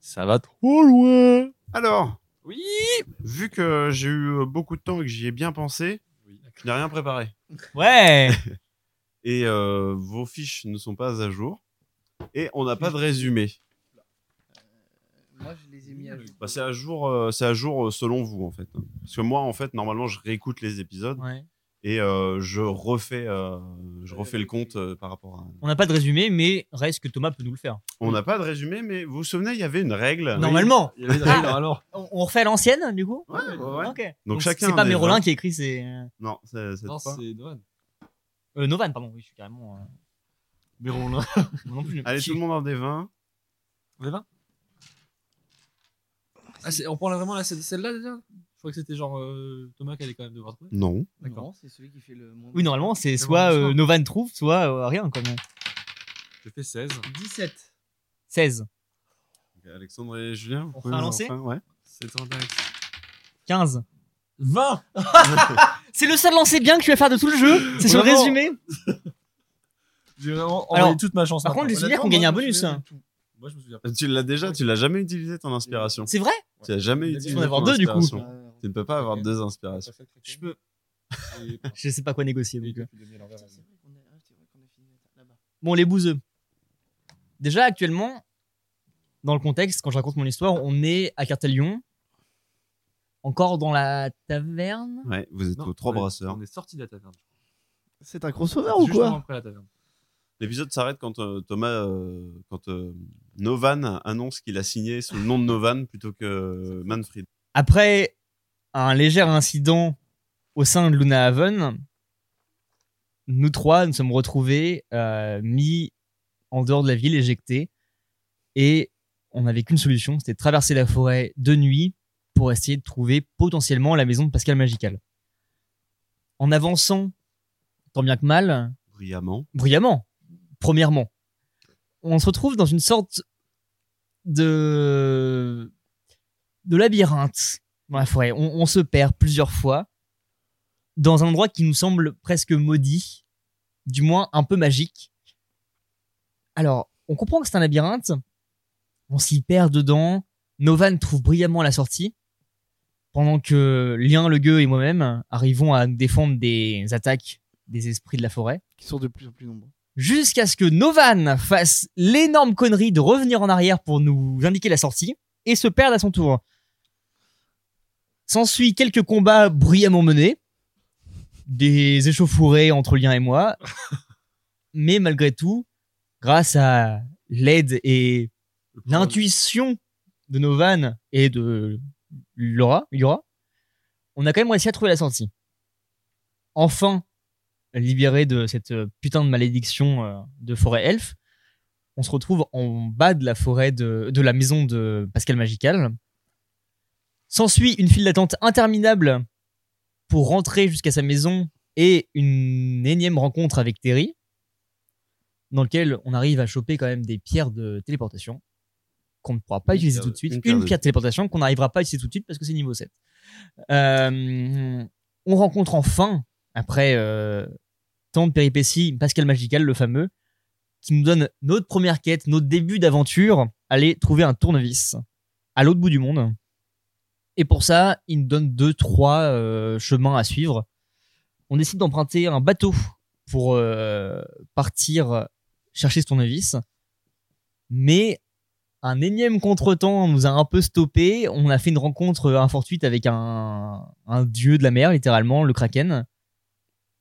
Ça va trop loin. Alors, Oui. vu que j'ai eu euh, beaucoup de temps et que j'y ai bien pensé, je n'ai rien préparé. Ouais. Et euh, vos fiches ne sont pas à jour. Et on n'a pas de résumé. Moi, je les ai mis à jour. Bah, c'est à jour, euh, c'est à jour euh, selon vous en fait. Parce que moi en fait normalement je réécoute les épisodes ouais. et euh, je refais, euh, je refais le compte euh, par rapport à. On n'a pas de résumé, mais reste que Thomas peut nous le faire. On n'a pas de résumé, mais vous vous souvenez il y avait une règle. Normalement. Il y avait une règle, alors. On on refait à l'ancienne, du coup Ouais, ouais, ouais. Ok. Donc chacun C'est pas des- Mérolin qui écrit, c'est. euh, Non, c'est c'est Non, pas. c'est Noël. Euh, Novan, pardon, oui, je suis carrément. euh, Mais on l'a. moi non plus, je ne- Allez tout le monde en des 20. On est vingt Ah, c'est- on prend la- vraiment la- celle-là déjà Je crois que c'était genre euh, Thomas qui allait quand même devoir trouver. Non. D'accord. Non, c'est celui qui fait le monde. Oui, normalement, c'est C'est soit bon, euh, soit. Novan trouve, soit euh, rien, quand même. J'ai fait 16. 17. 16, Alexandre et Julien. vous On pouvez fera vous en lancer faire- ouais. 15. 20 C'est le seul lancer bien que tu vas faire de tout le jeu. C'est sur le Vraiment. résumé. J'ai vraiment Alors, envoyé toute ma chance. par maintenant. contre, les- souvenir Honnêtement, qu'on gagnait moi, un je me bonus, souviens hein. de tout. Moi, je me souviens Tu l'as déjà, tu l'as jamais utilisé ton inspiration. C'est vrai Tu l'as jamais Il faut en utilisé. avoir ton deux, du coup. inspiration. Euh, Tu ne peux pas avoir deux inspirations. Je peux. Je sais pas quoi négocier. donc, euh. hein. putain, c'est vrai qu'on a- ah, c'est vrai qu'on a fini là-bas. Bon, les bouseux. Déjà, actuellement, dans le contexte, quand je raconte mon histoire, on est à Cartelion. Encore dans la taverne. Ouais, vous êtes aux trois brasseurs. On est sorti de la taverne. C'est un crossover ou Justement quoi après la taverne. L'épisode s'arrête quand euh, Thomas, euh, quand euh, Novan annonce qu'il a signé sous le nom de Novan plutôt que euh, Manfred. Après un léger incident au sein de Luna Haven, nous trois nous sommes retrouvés euh, mis en dehors de la ville, éjectés. Et on n'avait qu'une solution, c'était de traverser la forêt de nuit pour essayer de trouver potentiellement la maison de Pascal Magical. En avançant, tant bien que mal, Brillamment. brillamment, premièrement. On se retrouve dans une sorte de, de labyrinthe dans la forêt. On, on se perd plusieurs fois dans un endroit qui nous semble presque maudit, du moins un peu magique. Alors, on comprend que c'est un labyrinthe, on s'y perd dedans, Novan trouve brillamment la sortie, pendant que Lien, le gueux et moi-même arrivons à nous défendre des attaques des esprits de la forêt Qui sont de plus en plus nombreux. jusqu'à ce que Novan fasse l'énorme connerie de revenir en arrière pour nous indiquer la sortie et se perde à son tour. S'ensuit quelques combats brillamment menés, des échauffourées entre Lien et moi, mais malgré tout, grâce à l'aide et l'intuition de Novan et de Laura, Laura, on a quand même réussi à trouver la sortie. Enfin, libéré de cette euh, putain de malédiction euh, de forêt elfe, on se retrouve en bas de la forêt de, de la maison de Pascal Magical. S'ensuit une file d'attente interminable pour rentrer jusqu'à sa maison et une énième rencontre avec Terry, dans lequel on arrive à choper quand même des pierres de téléportation qu'on ne pourra pas Une utiliser pierre tout de de- suite. une Une pierre pierre, de- de téléportation qu'on n'arrivera pas à utiliser tout de suite parce que c'est niveau 7. Euh, on rencontre enfin, après euh, tant de péripéties, Pascal Magical, le fameux, qui nous donne notre première quête, notre début d'aventure, aller trouver un tournevis à l'autre bout du monde. Et pour ça, il nous donne deux, trois euh, chemins à suivre. On décide d'emprunter un bateau pour euh, partir chercher ce tournevis. Mais un énième contretemps nous a un peu stoppé. On a fait une rencontre infortuite avec un, un dieu de la mer, littéralement, le Kraken.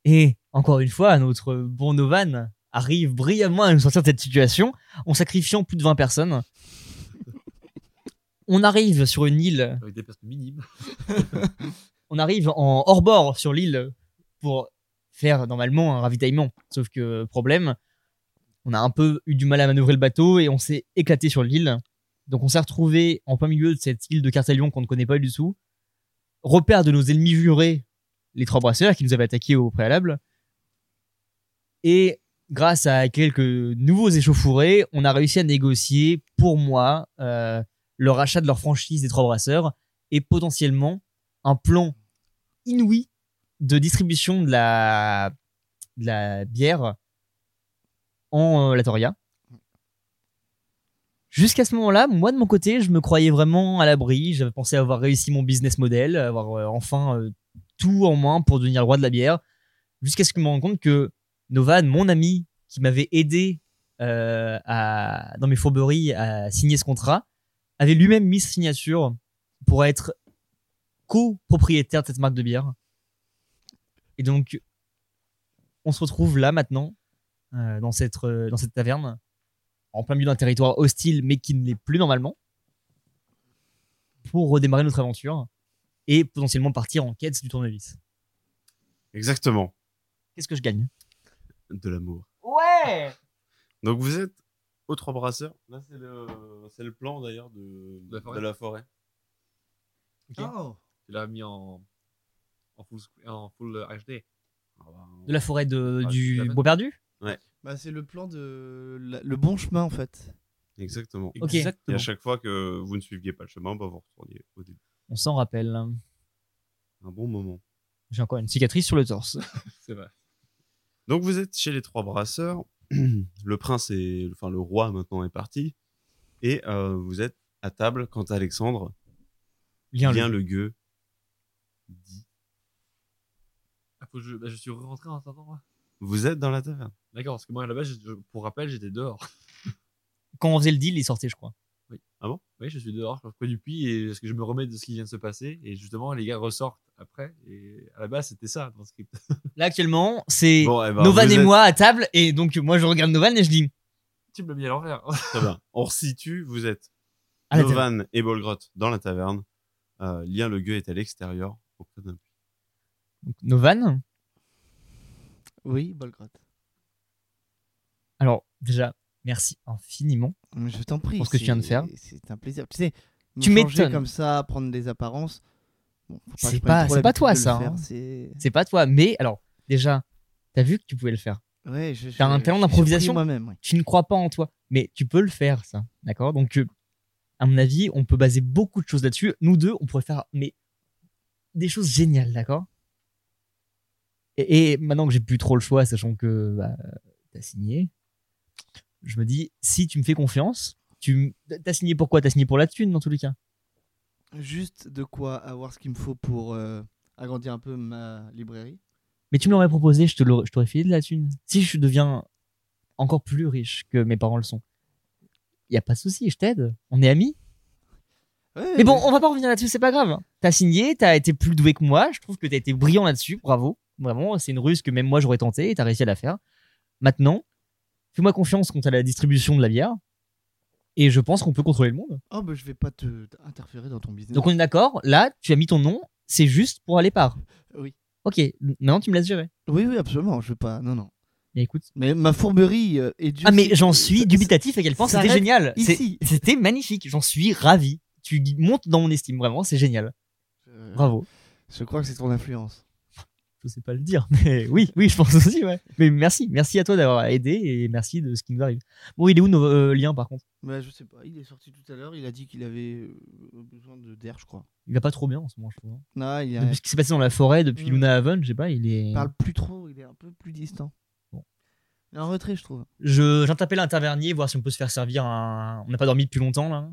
Et encore une fois, notre bon Novan arrive brillamment à nous sortir de cette situation en sacrifiant plus de 20 personnes. On arrive sur une île Avec des personnes minimes. on arrive en hors bord sur l'île pour faire normalement un ravitaillement. Sauf que problème, on a un peu eu du mal à manœuvrer le bateau et on s'est éclaté sur l'île. Donc on s'est retrouvé en plein milieu de cette île de Cartelion qu'on ne connaît pas du tout. Repère de nos ennemis jurés, les trois brasseurs qui nous avaient attaqués au préalable. Et grâce à quelques nouveaux échauffourés, on a réussi à négocier pour moi euh, le rachat de leur franchise des trois brasseurs et potentiellement un plan inouï de distribution de la, de la bière en euh, Latoria. Jusqu'à ce moment-là, moi de mon côté, je me croyais vraiment à l'abri. J'avais pensé avoir réussi mon business model, avoir euh, enfin euh, tout en main pour devenir le roi de la bière. Jusqu'à ce que je me rende compte que Novan, mon ami, qui m'avait aidé euh, à, dans mes fourberies à signer ce contrat, avait lui-même mis sa signature pour être copropriétaire de cette marque de bière. Et donc, on se retrouve là maintenant, euh, dans, cette, euh, dans cette taverne, en plein milieu d'un territoire hostile, mais qui ne l'est plus normalement, pour redémarrer notre aventure et potentiellement partir en quête du tournevis. Exactement. Qu'est-ce que je gagne De l'amour. Ouais Donc vous êtes aux trois brasseurs. Là, c'est le, c'est le plan d'ailleurs de, De la forêt. de la forêt. Oh. Tu l'as mis en, en, full, sc- en full euh, HD. bah, De la forêt de, Ah, tout à du fait. bois perdu Bah, c'est le plan de. la- Le bon chemin, en fait. Exactement. Ok. Et à Exactement. chaque fois que vous ne suiviez pas le chemin, bah, vous retourniez au début. On s'en rappelle. Un bon moment. J'ai encore une cicatrice sur le torse. C'est vrai. Donc vous êtes chez les trois brasseurs. le prince et enfin le roi maintenant est parti et euh, vous êtes à table quand Alexandre Lien bien, le- le gueux dit Ah, faut que je, bah, je suis rentré en attendant. moi. vous êtes dans la taverne. D'accord, parce que moi à la base, je- pour rappel, j'étais dehors. Quand on faisait le deal, il sortait, je crois. Oui, je suis dehors, je suis près du puits, et parce que je me remets de ce qui vient de se passer, et justement, les gars ressortent après, et à la base, c'était ça dans le script. Là, actuellement, c'est Bon, eh ben, Novan vous et êtes- moi à table, et donc moi je regarde Novan et je dis tu me l'as mis à l'envers. Très bien. On resitue, vous êtes à la table. Novan et Bolgrot dans la taverne. Euh, Lien le gueux est à l'extérieur auprès d'un puits. Donc, Novan, Oui, Bolgrot. alors déjà, merci infiniment. Mais Je t'en prie. Pour ce que tu viens de c'est- faire. C'est un plaisir. Tu sais, me Tu changer m'étonnes. comme ça, prendre des apparences. bon, faut que C'est je prenne pas- trop c'est pas toi, l'habitude de ça, le faire, hein. c'est- C'est pas toi, mais alors déjà, t'as vu que tu pouvais le faire. Ouais, je- T'as je- un talent je suis surpris d'improvisation. Moi-même, oui. Tu ne crois pas en toi, mais tu peux le faire, ça. D'accord Donc, euh, à mon avis, on peut baser beaucoup de choses là-dessus. Nous deux, on pourrait faire mais, des choses géniales, d'accord et, et maintenant que j'ai plus trop le choix, sachant que bah, t'as signé, je me dis, si tu me fais confiance, tu m- t'as signé pour quoi T'as signé pour la thune, dans tous les cas. Juste de quoi avoir ce qu'il me faut pour euh, agrandir un peu ma librairie. Mais tu me l'aurais proposé, je te l'aurais- je t'aurais filé de la thune. Si je deviens encore plus riche que mes parents le sont, il y a pas de souci, je t'aide. On est amis. Ouais, Mais bon, ouais. on va pas revenir là-dessus, c'est pas grave. T'as signé, t'as été plus doué que moi. Je trouve que t'as été brillant là-dessus. Bravo. Vraiment, c'est une ruse que même moi j'aurais tenté et t'as réussi à la faire. Maintenant, fais-moi confiance quant à la distribution de la bière. Et je pense qu'on peut contrôler le monde. Oh, bah, je vais pas te interférer dans ton business. Donc on est d'accord, là, tu as mis ton nom, c'est juste pour aller par. Oui. Ok, maintenant tu me laisses gérer. Oui, oui, absolument. Je veux pas. Non, non. Mais écoute. Mais ma fourberie euh, est juste. Ah mais j'en suis dubitatif à quel point ça c'était reste génial. C'est- ici. C'était magnifique, j'en suis ravi. Tu montes dans mon estime, vraiment, c'est génial. Euh, Bravo. Je crois que c'est ton influence. Je sais pas le dire, mais oui, oui, je pense aussi, ouais. Mais merci, merci à toi d'avoir aidé et merci de ce qui nous arrive. Bon, il est où nos euh, liens par contre Bah, je sais pas. Il est sorti tout à l'heure. Il a dit qu'il avait euh, besoin de d'air, je crois. Il va pas trop bien en ce moment, je trouve. hein. Non, il, a- Depuis ce qui s'est passé dans la forêt, depuis Mm. Luna Haven, je sais pas, il est. il parle plus trop. Il est un peu plus distant. Bon. Il est en retrait, je trouve. Je j'interpelle un tavernier, voir si on peut se faire servir un. On n'a pas dormi depuis longtemps là.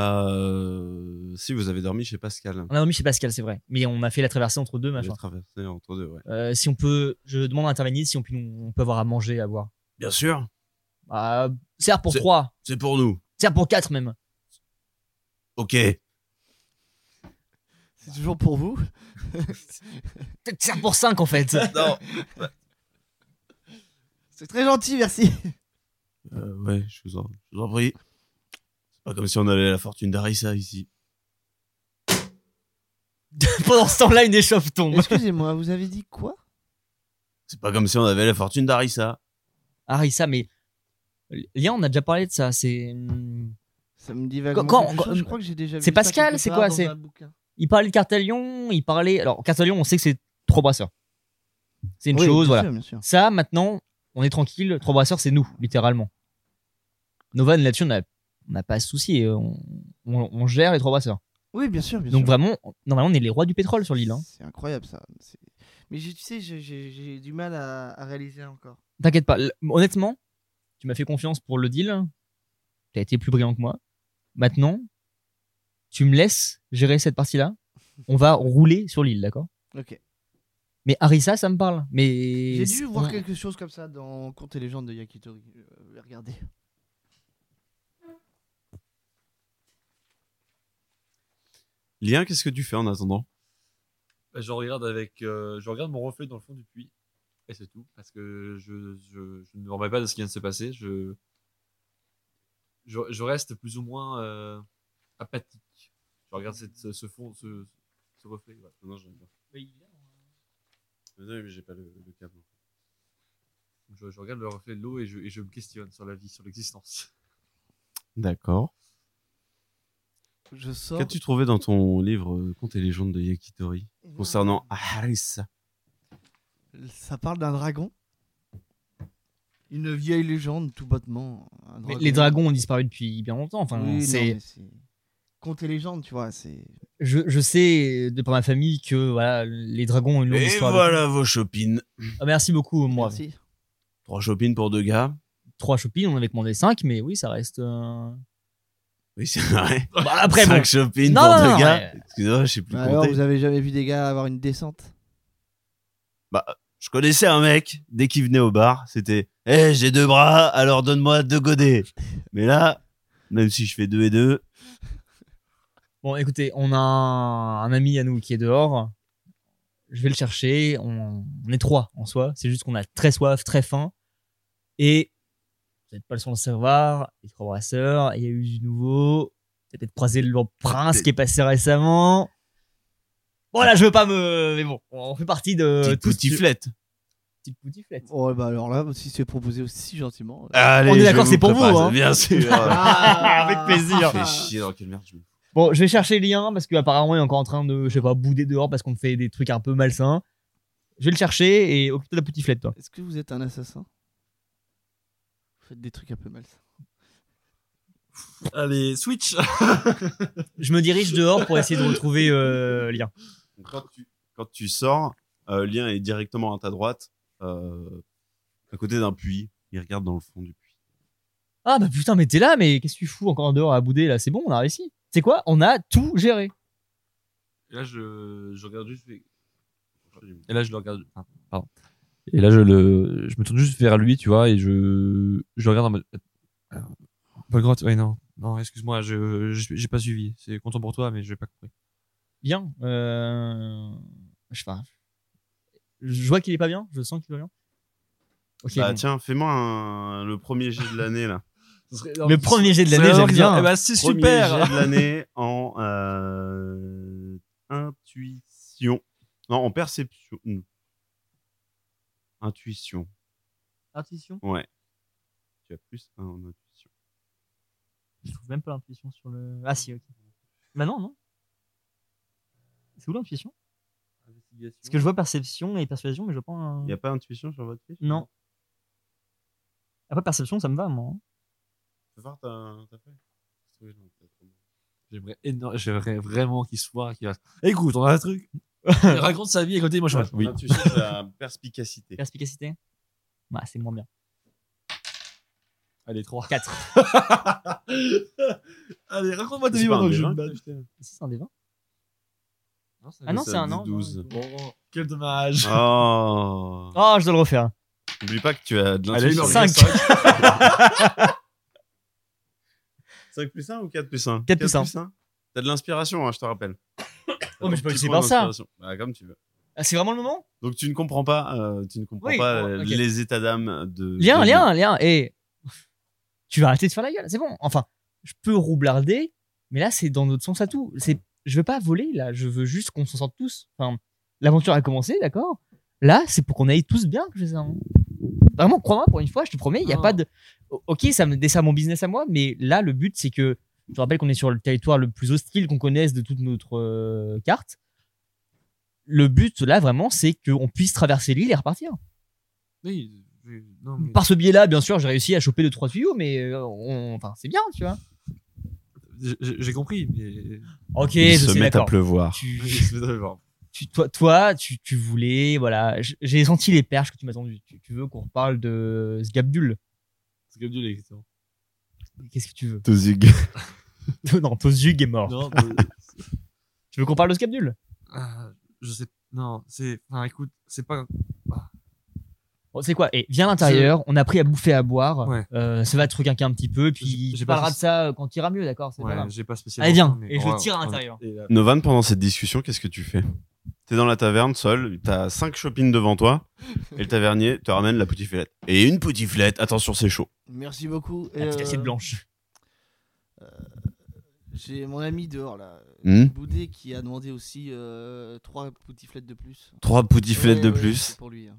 Euh, si vous avez dormi chez Pascal, On a dormi chez Pascal, c'est vrai, mais on a fait la traversée entre deux vous avez machin. traversé entre deux. ouais. Euh, si on peut, je demande à un tavernier si on peut, on peut avoir à manger, à boire. Bien sûr, Ah, serre pour C'est- trois, c'est pour nous. serre pour quatre même. Ok. Euh, C'est toujours pour vous. Peut-être serre pour cinq en fait. Non. C'est très gentil, merci. Euh, ouais, je vous, en, je vous en prie. C'est pas comme si on avait la fortune d'Arissa ici. Pendant ce temps-là, une échauffe tombe. Excusez-moi, vous avez dit quoi C'est pas comme si on avait la fortune d'Arissa. Arissa, mais. Lien, on a déjà parlé de ça. C'est. hum, Ça me dit vaguement. Quand- quelque quand- chose, je crois que j'ai déjà vu. c'est ça Pascal, quelque c'est part quoi, dans c'est- un bouquin. Il parlait de Cartalion, il parlait. Alors, Cartalion, on sait que c'est trois brasseurs. C'est une Oui, chose, bien voilà. sûr, bien sûr. Ça, maintenant, on est tranquille. Trois brasseurs, c'est nous, littéralement. Novan, là-dessus, on n'a on n'a pas à se soucier. On, on- on gère les trois brasseurs. Oui, bien sûr. bien Donc, sûr. vraiment, normalement, on est les rois du pétrole sur l'île. hein. C'est incroyable ça. C'est- Mais j'ai- tu sais, j'ai- j'ai j'ai du mal à, à réaliser encore. T'inquiète pas. L- Honnêtement, tu m'as fait confiance pour le deal. t'as été plus brillant que moi. Maintenant, tu me laisses gérer cette partie-là. On va rouler sur l'île, d'accord Ok. Mais Arisa, ça me parle. Mais J'ai dû voir Ouais. quelque chose comme ça dans Contes et légendes de Yakitori. Euh, Je vais regarder. Lien, qu'est-ce que tu fais en attendant Bah, je regarde avec, euh, je regarde mon reflet dans le fond du puits et c'est tout parce que je, je, je ne me remets pas de ce qui vient de se passer. Je, je, je reste plus ou moins euh, apathique. Je regarde cette- ce, ce fond, ce, ce reflet. voilà. Non, j'aime pas. mais j'ai pas le, câble. Je, je regarde le reflet de l'eau et je, et je me questionne sur la vie, sur l'existence. D'accord. Je sors. Qu'as-tu trouvé dans ton livre euh, Contes et légendes de Yakitori concernant Harissa Ça parle d'un dragon. Une vieille légende, tout bêtement. un Mais dragon. les dragons ont disparu depuis bien longtemps. Enfin, Oui, non, c'est. mais c'est. Contes et légendes, tu vois, c'est. je, je sais de par ma famille que voilà, les dragons ont une longue Et histoire. avec- voilà vos shopping. Ah, merci beaucoup, moi. Merci. Trois shopping pour deux gars. Trois shopping, on en avait commandé cinq, mais oui, ça reste. euh, Oui, c'est vrai. Bah, après, bon. Cinq shopping Non, pour non, deux non, gars. ouais. Bah, Excusez-moi, je sais plus Bah, Alors, compter. vous avez jamais vu des gars avoir une descente Je connaissais un mec, dès qu'il venait au bar, c'était Eh, j'ai deux bras, alors donne-moi deux godets. Mais là, même si je fais deux et deux, Bon, écoutez, on a un, un ami à nous qui est dehors. Je vais le chercher. On, on est trois en soi. C'est juste qu'on a très soif, très faim. Et vous n'êtes pas le son de savoir. Les trois brasseurs, il y a eu du nouveau. Vous avez peut-être croisé le prince qui est passé récemment. Voilà, je veux pas me. Mais bon, on fait partie de. petite Euh, tout poutiflette. Petite poutiflette. Oh, bah alors là, si c'est proposé aussi gentiment. Ah. Allez, On est je d'accord, vais c'est pour préparer vous, ça, hein. Bien sûr. Avec plaisir. Ah, Fais hein. chier, dans quelle merde je me fous. Bon, je vais chercher Lien parce qu'apparemment il est encore en train de, je sais pas, bouder dehors parce qu'on fait des trucs un peu malsains. Je vais le chercher et occupe-toi de la poutiflette, toi. Est-ce que vous êtes un assassin Vous faites des trucs un peu malsains. Allez, switch. Je me dirige dehors pour essayer de retrouver euh, Lien. Donc, Quand tu, quand tu sors, euh, Lien est directement à ta droite, euh, à côté d'un puits. Il regarde dans le fond du puits. Ah bah putain, mais t'es là, mais qu'est-ce que tu fous encore dehors à bouder là C'est bon, on a réussi. C'est quoi On a tout géré. Et là, je, je regarde juste. Et là, je le regarde. ah, Pardon. Et là, je le, je me tourne juste vers lui, tu vois, et je, je le regarde en mode. euh, Paul Grotte, ouais, non, non, excuse-moi, je, je- j'ai pas suivi. C'est content pour toi, mais j'ai pas compris. Bien. Euh... Je sais pas. Je vois qu'il est pas bien. Je sens qu'il est pas bien. Ok. Bah bon. tiens, fais-moi un- le premier jet de l'année là. Le premier jet de l'année, j'aime bien. hein. Eh ben, c'est Premier super. jet de l'année en euh, intuition. Non, en perception. Non. Intuition. Intuition Ouais. Tu as plus un en intuition. Je trouve même pas l'intuition sur le. Ah si, ok. Bah non, non. C'est où l'intuition Parce que je vois perception et persuasion, mais je prends un. Il n'y a pas intuition sur votre fiche Non. Après perception, ça me va, moi. hein. Tu peux voir ta, ta feuille Oui, non, t'as trop bien. J'aimerais, énorme- j'aimerais vraiment qu'il soit, qu'il fasse, Écoute, on a un truc. Il raconte sa vie, écoutez, moi je reste. Oui. L'intuition, c'est la perspicacité. Perspicacité Bah, c'est moins bien. Allez, 3. 4. Allez, raconte-moi ta C'est vie pas un pendant que des je vingt me que bats. t'as acheté c'est un des 20. Ah Ah non, ça, c'est un an. 12. non. Bon, quel dommage. Oh Oh, je dois le refaire. N'oublie pas que tu as de Allez, l'intuition. Cinq. 5 plus 1 ou 4 plus 1 Quatre plus un. T'as de l'inspiration, hein, je te rappelle. Oh, mais je peux Petit utiliser point par ça. d'inspiration. Bah, comme tu veux. Ah, c'est vraiment le moment Donc tu ne comprends pas, euh, tu ne comprends Oui, pas bon, euh, ok. les états d'âme de. Lien, de- lien, lien. Et. Tu vas arrêter de faire la gueule, c'est bon. Enfin, je peux roublarder, mais là, c'est dans notre sens à tout. C'est... Je veux pas voler, là. Je veux juste qu'on s'en sorte tous. Enfin, l'aventure a commencé, d'accord Là, c'est pour qu'on aille tous bien que je fais ça. hein. Vraiment, crois-moi, pour une fois, je te promets, il n'y a Non. pas de. O- Ok, ça me dessert mon business à moi, mais là, le but, c'est que. Je te rappelle qu'on est sur le territoire le plus hostile qu'on connaisse de toute notre euh, carte. Le but, là, vraiment, c'est qu'on puisse traverser l'île et repartir. Oui, oui, non, mais- Par ce biais-là, bien sûr, j'ai réussi à choper deux trois tuyaux, mais euh, on... enfin, c'est bien, tu vois. J'ai- j'ai compris, mais. Ok, Ils je se suis mettent à d'accord. pleuvoir. Tu, Bon, tu- toi, toi tu, tu voulais, voilà, j- j'ai senti les perches que tu m'as tendues. Tu, tu veux qu'on reparle de ce Gabdul C'est comme du lait, c'est bon. Qu'est-ce que tu veux Tozug. Non, Tozug est mort. Non, Tu veux qu'on parle de Scapdule Ah, je sais. Non, c'est. Enfin, écoute, c'est pas. Bon, C'est quoi Et viens à l'intérieur, on a pris à bouffer, à boire. Ouais. Euh, ça va te requinquer un petit peu, puis J'ai- tu j'ai parleras pas- de ça euh, quand tu iras mieux, d'accord C'est pas Ouais, grave. j'ai pas spécialement. Allez, viens, mais et je ouais, tire à ouais, l'intérieur. et là- Novan, pendant cette discussion, qu'est-ce que tu fais T'es dans la taverne seul, t'as cinq chopines devant toi, et le tavernier te ramène la poutiflette. Et une poutiflette, attention, c'est chaud. Merci beaucoup. La petite euh, assiette blanche. J'ai mon ami dehors là, Hmm Boudé, qui a demandé aussi euh, trois poutiflettes de plus. Trois poutiflettes Ouais, de ouais, plus, c'est Pour lui. hein.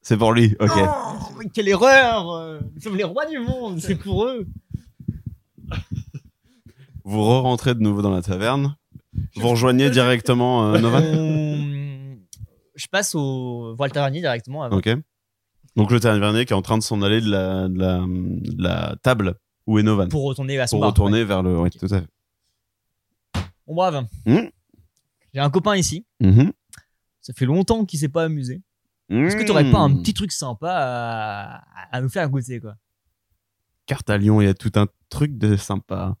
c'est pour lui, ok. Oh, mais quelle erreur euh, Nous sommes les rois du monde, c'est pour eux. Vous re-rentrez de nouveau dans la taverne, vous rejoignez directement euh, Novan, On- Je passe au voir le tavernier directement avant. ok. Donc le tavernier qui est en train de s'en aller de la, de la- de la table où est Novan, pour, pour retourner à son bar. retourner vers le... ouais, Ok. tout à fait. Bon, brave. Hmm. J'ai un copain ici. Mhm. Ça fait longtemps qu'il s'est pas amusé. Est-ce que t'aurais pas un Mhm. petit truc sympa à, à nous faire goûter quoi carte à Lyon, il y a tout un truc de sympa.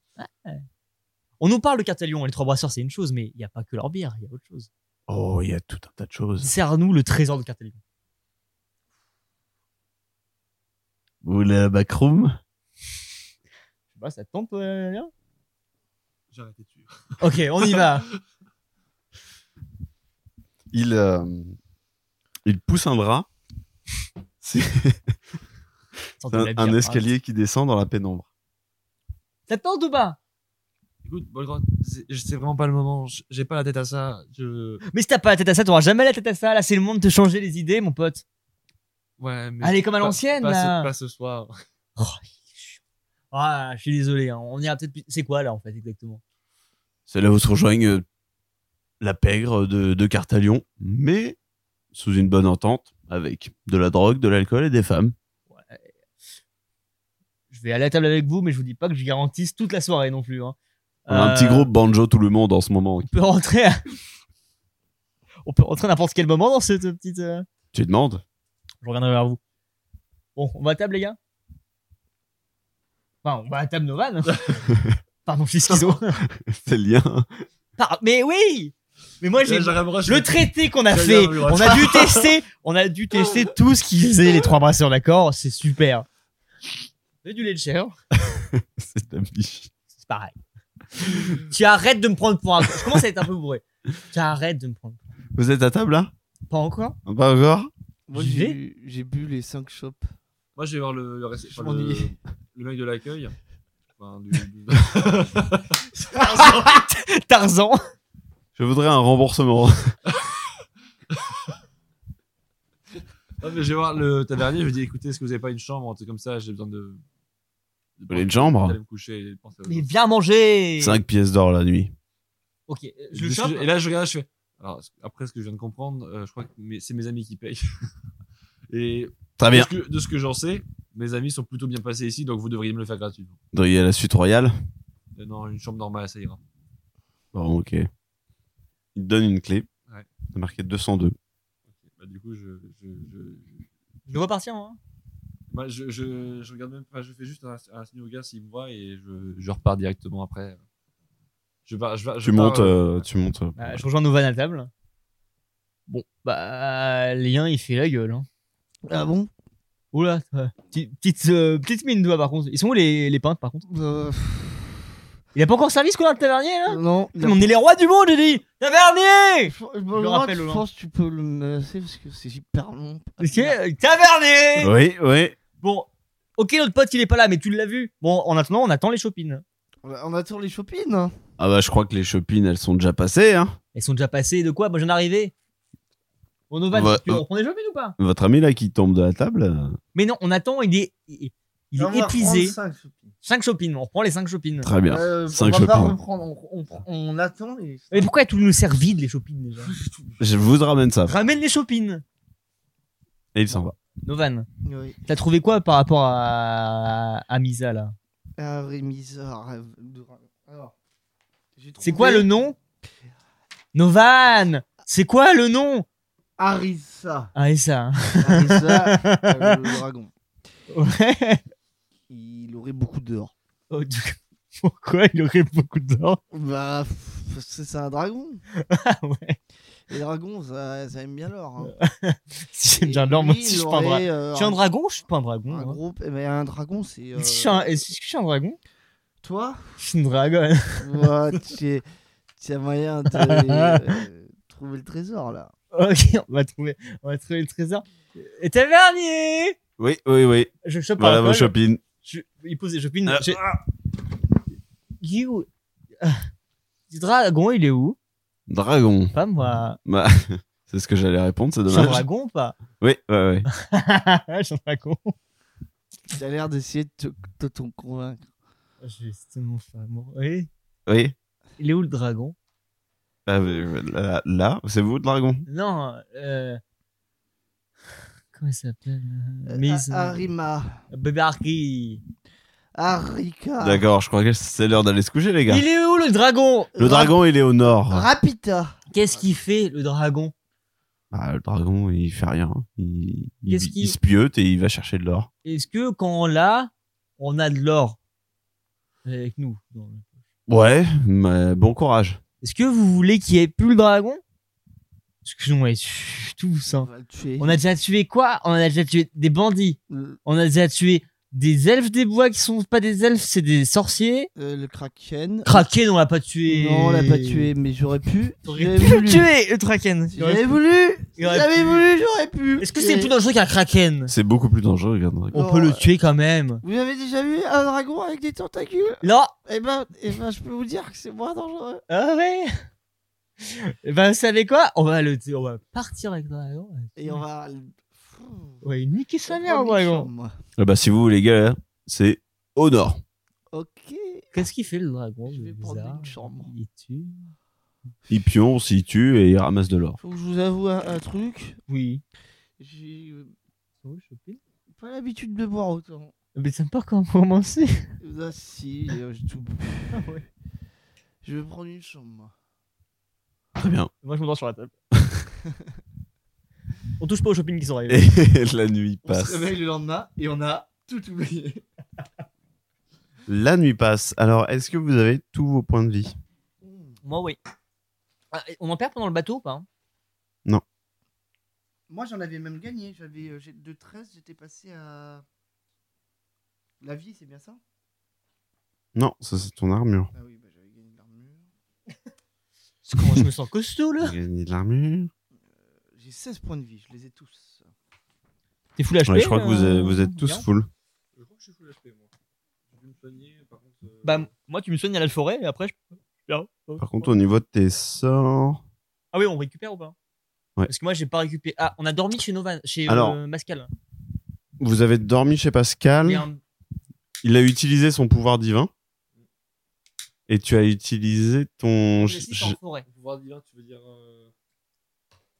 On nous parle de Cartelion et les trois brasseurs, c'est une chose, mais il y a pas que leur bière, il y a autre chose. Oh, il y a tout un tas de choses. Serre-nous le trésor de Cartelion. Vous voulez la backroom Je sais pas, ça tombe bien. J'ai arrêté de suivre. Ok, on y va. il, euh, il pousse un drap. C'est Sortez un, la bière, un hein. escalier qui descend dans la pénombre. Ça te tente ou pas Écoute, Bolgrot, c'est c'est vraiment pas le moment. j- J'ai pas la tête à ça. Je. Mais si t'as pas la tête à ça, t'auras jamais la tête à ça. Là, c'est le monde de te changer les idées, mon pote. Ouais, mais. Allez, comme à pas- l'ancienne, pas ce- là. Pas ce soir. Oh, il est chiant. Ah, je suis désolé. hein. On ira peut-être. plus- C'est quoi là en fait exactement C'est là où se rejoignent euh, la pègre de, de Cartalion, mais sous une bonne entente, avec de la drogue, de l'alcool et des femmes. Je vais aller à la table avec vous, mais je vous dis pas que je garantisse toute la soirée non plus. hein. On a un Euh, petit groupe banjo tout le monde en ce moment. On peut rentrer. à- on peut rentrer à n'importe quel moment dans cette petite. euh, Tu demandes Je reviendrai vers vous. Bon, on va à table les gars. Enfin, on va à table Novan. Pardon, je suis schizo. C'est le lien. Par- Mais oui. Mais moi j'ai. Là, j'aurais vraiment- Le traité qu'on a Très fait, bien, oui, on a dû tester, on a dû tester tout ce qu'ils faisaient les trois brasseurs, d'accord C'est super. C'est du lait de chèvre, C'est de la biche. c'est pareil. tu arrêtes de me prendre pour un. Je commence à être un peu bourré. Tu arrêtes de me prendre. Vous êtes à table là Pas encore Pas encore Moi, J'y vais. j'ai bu- j'ai bu les cinq chopes. Moi, je vais voir le, le, reste- Je enfin, le- m'ennuyais. le mec de l'accueil. Enfin, du- du- Tarzan Je voudrais un remboursement. Ah, mais je vais voir le tavernier. Je lui dis écoutez, est-ce que vous avez pas une chambre Un truc comme ça, j'ai besoin de. de voulez une chambre D'aller me coucher et penser à autre Mais chose. viens manger 5 pièces d'or la nuit. Ok, euh, je Et le ce que chope. je- Et là, je regarde, je fais. Alors, ce- après ce que je viens de comprendre, euh, je crois que mes- c'est mes amis qui payent. et Très de bien. ce que, de ce que j'en sais, mes amis sont plutôt bien passés ici, donc vous devriez me le faire gratuitement. Donc, Il y a la suite royale. Euh, non, une chambre normale, ça ira. Bon, ok. Il te donne une clé. Ouais. C'est marqué 202. Bah, du coup, je, je, je, Je le vois partir, hein. moi. moi, je, je- je regarde même. Enfin, je fais juste un, un signe au gars s'il me voit et je, je repars directement après. Je, pars- je, pars- je Tu pars, montes, euh, euh, tu montes. Bah, je rejoins Novan à table. Bon, bah, Lien, il fait la gueule. Hein. Ah bon Oula, ouais. Petite- petite, euh, petite mine de doigt, par contre. Ils sont où les, les peintres, par contre Euh, pff, Il a pas encore servi ce qu'on a le tavernier, là Non. il a- On est les rois du monde, j'ai dit Tavernier Je me le demande, rappelle, je Olin. pense que tu peux le menacer parce que c'est hyper long. Ok, euh, Tavernier Oui, oui. Bon, ok, notre pote, il est pas là, mais tu l'as vu. Bon, en attendant, on attend les shopping. On attend les chopines. hein. Ah bah je crois que les chopines elles sont déjà passées. Hein. Elles sont déjà passées de quoi Moi, j'en arrivais. Bon, Novan, Ouais, tu veux euh. reprendre les shopping ou pas Votre ami là qui tombe de la table. euh, Mais non, on attend, il est, il est- il est On va épuisé. reprendre cinq chopines. 5 shopping, on reprend les 5 shopping. Très bien. Euh, Cinq on va pas chopines. reprendre, on, on- on attend les. Mais pourquoi tout nous sert vide, les shopping, déjà Je vous ramène ça. Ramène les shopping Et il s'en va. Novan, Oui. t'as trouvé quoi par rapport à, à Misa, là Un rémiseur. euh, de- Alors, j'ai C'est trouvé quoi le nom Novan C'est quoi le nom Arisa. Ah, et ça. hein. Arisa, euh, le dragon. Ouais. Il aurait beaucoup d'or. Oh, du coup, Pourquoi il aurait beaucoup de dents Bah, pff, c'est c'est un dragon. Ah ouais. Les dragons, ça, ça aime bien l'or. hein. Si j'aime Et bien l'or, moi lui, aussi, je il suis pas un dragon. aurait, euh, Je suis un dragon, je suis pas un dragon. un hein. gros- Mais un dragon, c'est. Est-ce que je suis euh, un- Est-ce que je suis un dragon Toi, Je suis une dragonne. bah, tu es- tu as moyen de euh, Ah. trouver le trésor là. ok, on va trouver, on va trouver le trésor. Et t'es le dernier Oui, oui, oui. Je chope Voilà un vos shopping. je, Il pose des chopines. Euh, j'ai- You. Ah. Du dragon, il est où Dragon. Pas moi. Bah, c'est ce que j'allais répondre, c'est Je suis un dommage. dragon ou pas Oui, ouais, ouais. Je suis un dragon. T'as l'air d'essayer de te, de t'en convaincre. Je vais tellement faire amour. Oui. Oui. Il est où le dragon Ah, mais Là, là, c'est vous le dragon Non, euh. Comment il s'appelle Euh, Mise. A- Arima, Bebarki. Arika, D'accord, je crois que c'est l'heure d'aller se coucher, les gars. Ah. Il est où le dragon Le dragon, il est au nord. Rapita. Qu'est-ce qu'il fait le dragon Ah, le dragon, il fait rien. Il, il, Qu'est-ce qu'il- il se pieute et il va chercher de l'or. Est-ce que quand on l'a, on a de l'or avec nous dans le- Ouais, mais bon courage. Est-ce que vous voulez qu'il n'y ait plus le dragon Excusez-moi, tout On ça. va le tuer. hein. On a déjà tué quoi On a déjà tué des bandits. Le, On a déjà tué des elfes des bois qui sont pas des elfes, c'est des sorciers. euh, le Kraken. Kraken, on l'a pas tué. Non, on l'a pas tué, mais j'aurais pu. J'aurais J'aurais pu le voulu. tuer, le Kraken. Si J'avais voulu. Si J'aurais J'avais pu. voulu, j'aurais pu. Est-ce que c'est plus dangereux qu'un Kraken C'est beaucoup plus dangereux, regarde. On Non, peut le euh, tuer quand même. Vous avez déjà vu un dragon avec des tentacules Non Eh ben, eh ben, je peux vous dire que c'est moins dangereux. Ah ouais Eh Ben, vous savez quoi on va, le, on va partir avec le dragon. Et on va. On va lui niquer sa mère, Oh, le dragon. méchant, moi. Ah bah, si vous, les gars, là, c'est au nord. Ok. Qu'est-ce qu'il fait le dragon Je de vais prendre bizarre une chambre. Il tue Il pionce, il tue et il ramasse de l'or. Faut que je vous avoue un, un truc. Oui. J'ai euh, Oui, Chopin. pas l'habitude de boire autant. Mais ça me part comment commencer. Ah si, euh, j'ai tout bu. Ah Je vais prendre une chambre, moi. Très bien. Moi, je m'endors sur la table. On touche pas aux shopping qui sont arrivés. Et la nuit On se passe. réveille le lendemain et on a tout oublié. La nuit passe. Alors, est-ce que vous avez tous vos points de vie Moi, oui. Ah, et on en perd pendant le bateau ou pas hein Moi, j'en avais même gagné. J'avais euh, j'ai- de 13, j'étais passé à la vie, c'est bien ça Non, ça c'est ton armure. Ah oui, bah, j'avais gagné de l'armure. C'est comment je me sens costaud là Gagner de l'armure. J'ai 16 points de vie, je les ai tous. T'es full HP Ouais, je crois que vous, euh, êtes- vous êtes tous Guillaume full. Je crois que je suis full HP, moi. Je vais me soigner, par contre. euh, Bah, moi, tu me soignes à la forêt et après, je. Ah, oh. Par contre, au niveau de tes sorts. Ah oui, on récupère ou pas Ouais. Parce que moi, j'ai pas récupéré. Ah, on a dormi chez Novan, chez Alors. hmm, euh, Mascal. Vous avez dormi chez Pascal. Mais un- Il a utilisé son pouvoir divin. Et tu as utilisé ton. on est j- six en j- forêt. Pour pouvoir divin, tu veux dire. euh,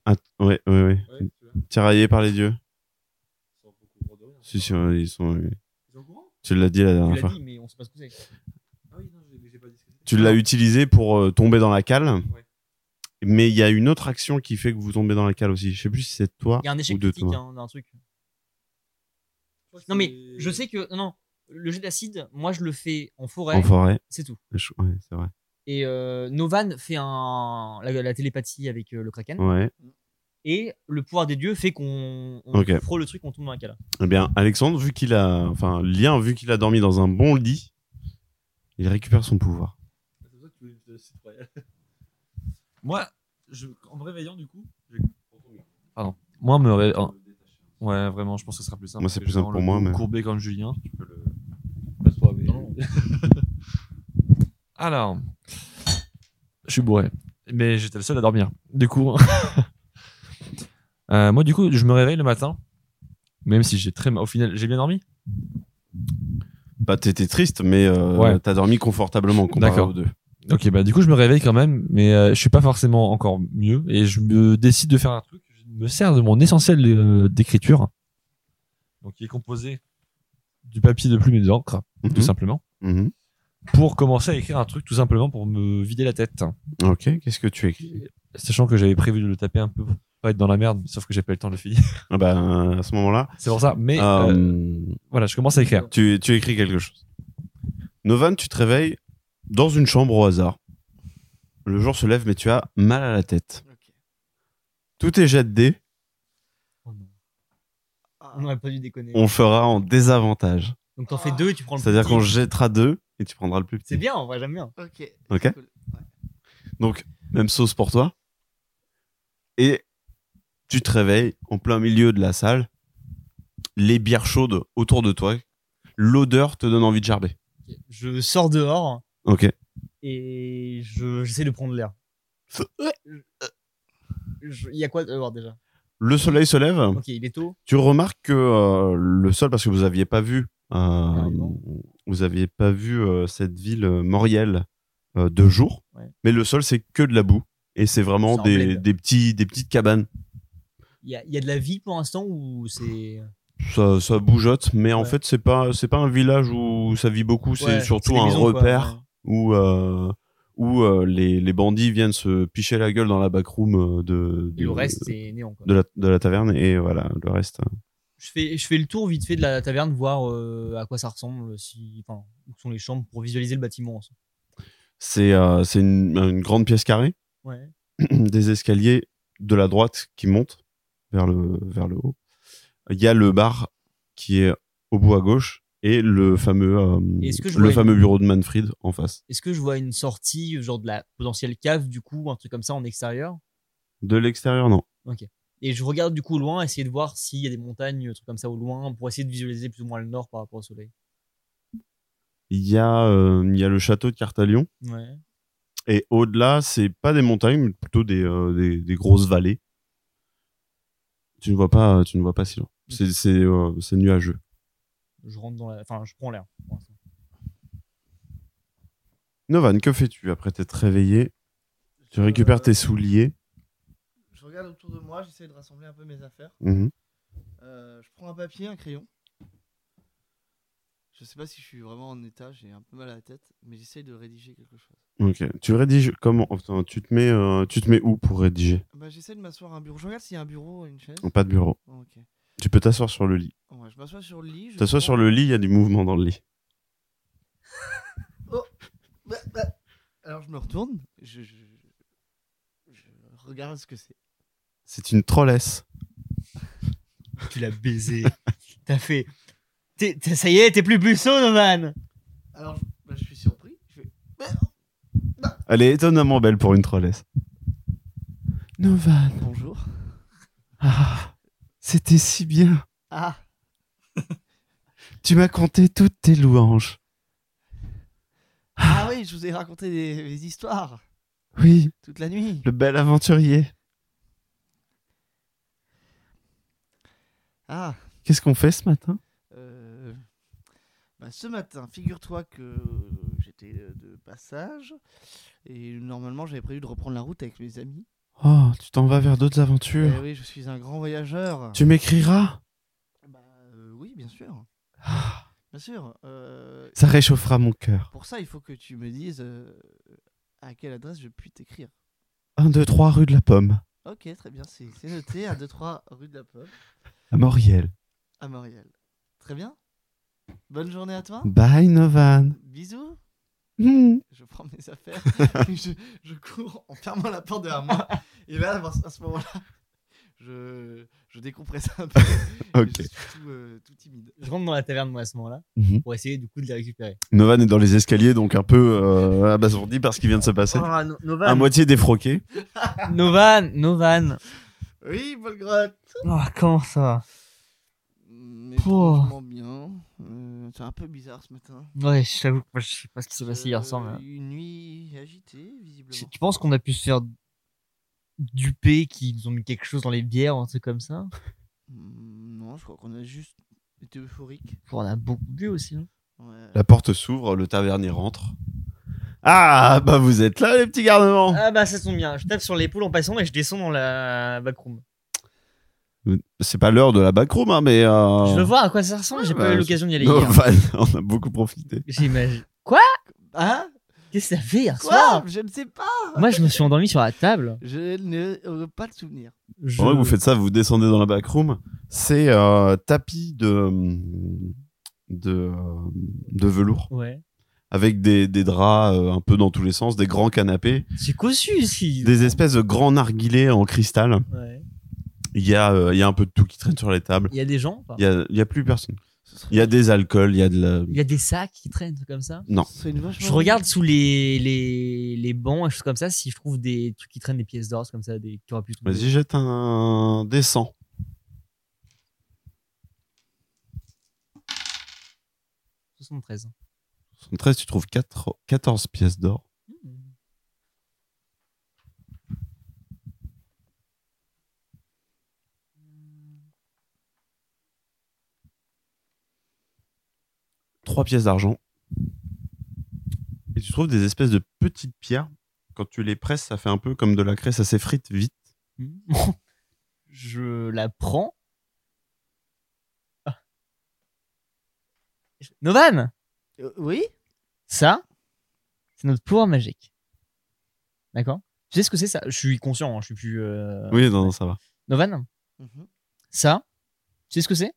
Ah, ouais, ouais, ouais. Ouais, tu vois. Tiraillé par les dieux. Ils sont au courant de rien. Si, si, ouais, ils sont. euh, Ils sont au courant Tu l'as dit la Tu dernière l'as fois. dit, mais on sait pas ce que c'est. Ah oui, non, j'ai- mais j'ai pas discuté. Tu l'as utilisé pour euh, tomber dans la cale. Ouais. Mais il y a une autre action qui fait que vous tombez dans la cale aussi. Je sais plus si c'est toi Il y a un ou échec de critique, toi. hein, d'un truc. Je crois que Non, mais c'est- je sais que. Non, non. Le jet d'acide, moi, je le fais en forêt. En forêt. C'est tout. Je- Ouais, c'est vrai. Et euh, Novan fait un, la, la télépathie avec euh, le Kraken. Ouais. Et le pouvoir des dieux fait qu'on on Ok. frôle le truc, on tombe dans un câlin. Eh bien, Alexandre, vu qu'il a, enfin, Lien, vu qu'il a dormi dans un bon lit, il récupère son pouvoir. Ah, C'est pour ça que tu voulais me citer Royal. Moi, je, en me réveillant, du coup. j'ai- Pardon. Moi, me ré- en- Ouais, vraiment, je pense que ce sera plus simple. Moi, c'est parce plus que j'ai simple pour vraiment le moi, dos mais- Courbé comme Julien. Tu peux le. Pas toi, mais- Alors. Je suis bourré. Mais j'étais le seul à dormir. Du coup. Euh, moi, du coup, je me réveille le matin. Même si j'ai très. ma- Au final, j'ai bien dormi. Bah, t'étais triste, mais euh, Ouais. t'as dormi confortablement comparé D'accord. aux deux. Ok, bah du coup, je me réveille quand même, mais euh, je suis pas forcément encore mieux et je me décide de faire un truc. Je me sers de mon essentiel euh, d'écriture, donc qui est composé du papier de plume et d'encre, tout Mhm. simplement, Mhm. pour commencer à écrire un truc, tout simplement pour me vider la tête. Ok, qu'est-ce que tu écris Sachant que j'avais prévu de le taper un peu pour pas être dans la merde, sauf que j'ai pas eu le temps de le finir. ah bah, À ce moment-là, C'est pour ça, mais euh, euh, voilà, je commence à écrire. tu, tu écris quelque chose. Novan, tu te réveilles dans une chambre au hasard. Le jour se lève, mais tu as mal à la tête. Ok. Tout est jet de dés. Ah, On aurait pas dû déconner. On fera en désavantage. Donc t'en fais deux et tu prends le C'est-à-dire petit. qu'on jettera deux et tu prendras le plus petit. C'est bien, en vrai, j'aime bien. ok. c'est Ok. cool. Donc, même sauce pour toi. Et tu te réveilles en plein milieu de la salle. Les bières chaudes autour de toi. L'odeur te donne envie de gerber. Ok. Je sors dehors Ok. et je- j'essaie de prendre l'air. Je- Il y a quoi de voir déjà Le soleil se lève. Ok, il est tôt. Tu remarques que euh, le sol, parce que vous aviez pas vu, euh, bon. vous aviez pas vu euh, cette ville euh, Moriel euh, de jour, Ouais. mais le sol c'est que de la boue et c'est vraiment C'est un des, bled. des petits des petites cabanes. Il y a, il y a de la vie pour l'instant ou c'est. Ça, ça bougeotte, mais en Ouais. fait c'est pas c'est pas un village où ça vit beaucoup, c'est Ouais, surtout des un maisons, quoi. repère où euh, où euh, les, les bandits viennent se picher la gueule dans la backroom euh, de Et de, le reste, c'est néant. Quoi. de la de la taverne et voilà le reste. euh, Je, fais, je fais le tour vite fait de la taverne, voir euh, à quoi ça ressemble, si, enfin, où sont les chambres pour visualiser le bâtiment. en soi. C'est euh, c'est une, une grande pièce carrée. Ouais. des escaliers de la droite qui montent vers le, vers le haut. Il y a le bar qui est au bout à gauche et le fameux, euh, Est-ce que je le vois fameux bureau de Manfred en face. Est-ce que je vois une sortie, genre de la potentielle cave, du coup, un truc comme ça en extérieur De l'extérieur, non. Et je regarde du coup au loin, essayer de voir s'il y a des montagnes, un truc comme ça au loin, pour essayer de visualiser plus ou moins le nord par rapport au soleil. Il y, a, euh, il y a le château de Cartalion. Ouais. Et au-delà, c'est pas des montagnes, mais plutôt des, euh, des, des grosses vallées. Tu ne vois pas, tu ne vois pas si loin. C'est c'est, euh, c'est nuageux. Je rentre dans la. Enfin, je prends l'air. pour l'instant. Novan, que fais-tu après t'être réveillé Tu Je- récupères tes souliers. Euh, Je regarde autour de moi, j'essaie de rassembler un peu mes affaires. Mhm. Euh, je prends un papier, un crayon. Je sais pas si je suis vraiment en état, j'ai un peu mal à la tête, mais j'essaie de rédiger quelque chose. Ok. Tu rédiges comment Enfin, tu te mets, euh, tu te mets où pour rédiger Bah, j'essaie de m'asseoir à un bureau. Je regarde s'il y a un bureau, une chaise. Pas de bureau. Oh, ok. Tu peux t'asseoir sur le lit. Ouais, je m'assois sur le lit. je T'assois prends- sur le lit, il y a du mouvement dans le lit. Bah, bah. Alors je me retourne, je, je- je regarde ce que c'est. C'est une trollesse. Tu l'as baisé. T'as fait. T'es- t'es- ça y est, t'es plus puceau, Noman Alors je, bah, je suis surpris. Je fais, Elle est étonnamment belle pour une trollesse. Novan, Bonjour. ah, c'était si bien. Ah, Tu m'as conté toutes tes louanges. ah oui, je vous ai raconté des, des histoires Oui, toute la nuit. le bel aventurier. Ah. Qu'est-ce qu'on fait ce matin Euh, bah, ce matin, figure-toi que j'étais euh, de passage et normalement j'avais prévu de reprendre la route avec mes amis. Oh, tu t'en vas vers d'autres Eh aventures. oui, je suis un grand voyageur. Tu m'écriras Bah, euh, oui, bien sûr. Ah, Bien sûr. euh, Ça réchauffera mon cœur. pour ça, il faut que tu me dises euh, à quelle adresse je puis t'écrire. 1, 2, 3 rue de la Pomme, Ok, très bien, c'est c'est noté à 2-3 rue de la Pomme, à Moriel. à Montréal. Très bien. Bonne journée à toi. Bye Novan. Bisous. Hmm. je prends mes affaires, et je, je cours en fermant la porte derrière moi. Et là, à ce moment-là, je, je décompresse un peu. Ok. Je suis tout, euh, tout timide. Je rentre dans la taverne, moi, à ce moment-là, Mhm. pour essayer du coup de les récupérer. Novan est dans les escaliers, donc un peu euh, abasourdi par ce qui vient de se passer. À Ah, Novan moitié défroqué. Novan Novan Oui, Volgrotte Oh, comment ça va Mais Pouh. franchement bien. Euh, c'est un peu bizarre ce matin. Ouais, je t'avoue que moi, je sais pas hein. ce qui s'est passé hier Euh, soir. mais- Une nuit agitée, Tu Euh, visiblement. tu penses qu'on a pu se faire duper, qu'ils ont mis quelque chose dans les bières, un truc comme ça Hmm, Non, je crois qu'on a juste été euphorique. On a beaucoup bu aussi. hein. Ouais. La porte s'ouvre, le tavernier rentre. Ah, bah vous êtes là, les petits garnements Ah bah ça tombe bien, je tape sur l'épaule en passant et je descends dans la backroom. C'est pas l'heure de la backroom, hein, mais. euh, Je veux voir à quoi ça ressemble, j'ai Ouais, pas bah, eu l'occasion d'y aller hier. Novan, on a beaucoup profité. J'imagine. Hein Qu'est-ce que ça fait hier Quoi soir Je ne sais pas. Moi je me suis endormi sur la table. Je n'ai euh, pas de souvenir. Je... En vrai, vous faites ça, vous descendez dans la backroom. C'est euh, tapis de. de. de velours Ouais. avec des, des draps euh, un peu dans tous les sens, des grands canapés, C'est cossu ici. des espèces de grands narguilés en cristal. Ouais. Il y, a, euh, il y a un peu de tout qui traîne sur les tables. Il y a des gens. enfin, Il y a, il y a plus personne. Ce serait- Il y a des alcools, il y a de la... Il y a des sacs qui traînent comme ça. ce serait une vachement- Je regarde sous les, les, les bancs et choses comme ça si je trouve des trucs qui traînent des pièces d'or, comme ça, des, qui auraient pu tomber. Vas-y, jette un descend. Vas-y. 73. 73, tu trouves quatre- 14 pièces d'or. trois pièces d'argent. Et tu trouves des espèces de petites pierres. Quand tu les presses, ça fait un peu comme de la craie, ça s'effrite vite. Mhm. je la prends. Ah. Novan, Euh, oui ça, c'est notre pouvoir magique. D'accord Tu sais ce que c'est ça Je suis conscient, hein, je suis plus. euh, Oui, non, non, ça va. Novan, Mhm. ça, tu sais ce que c'est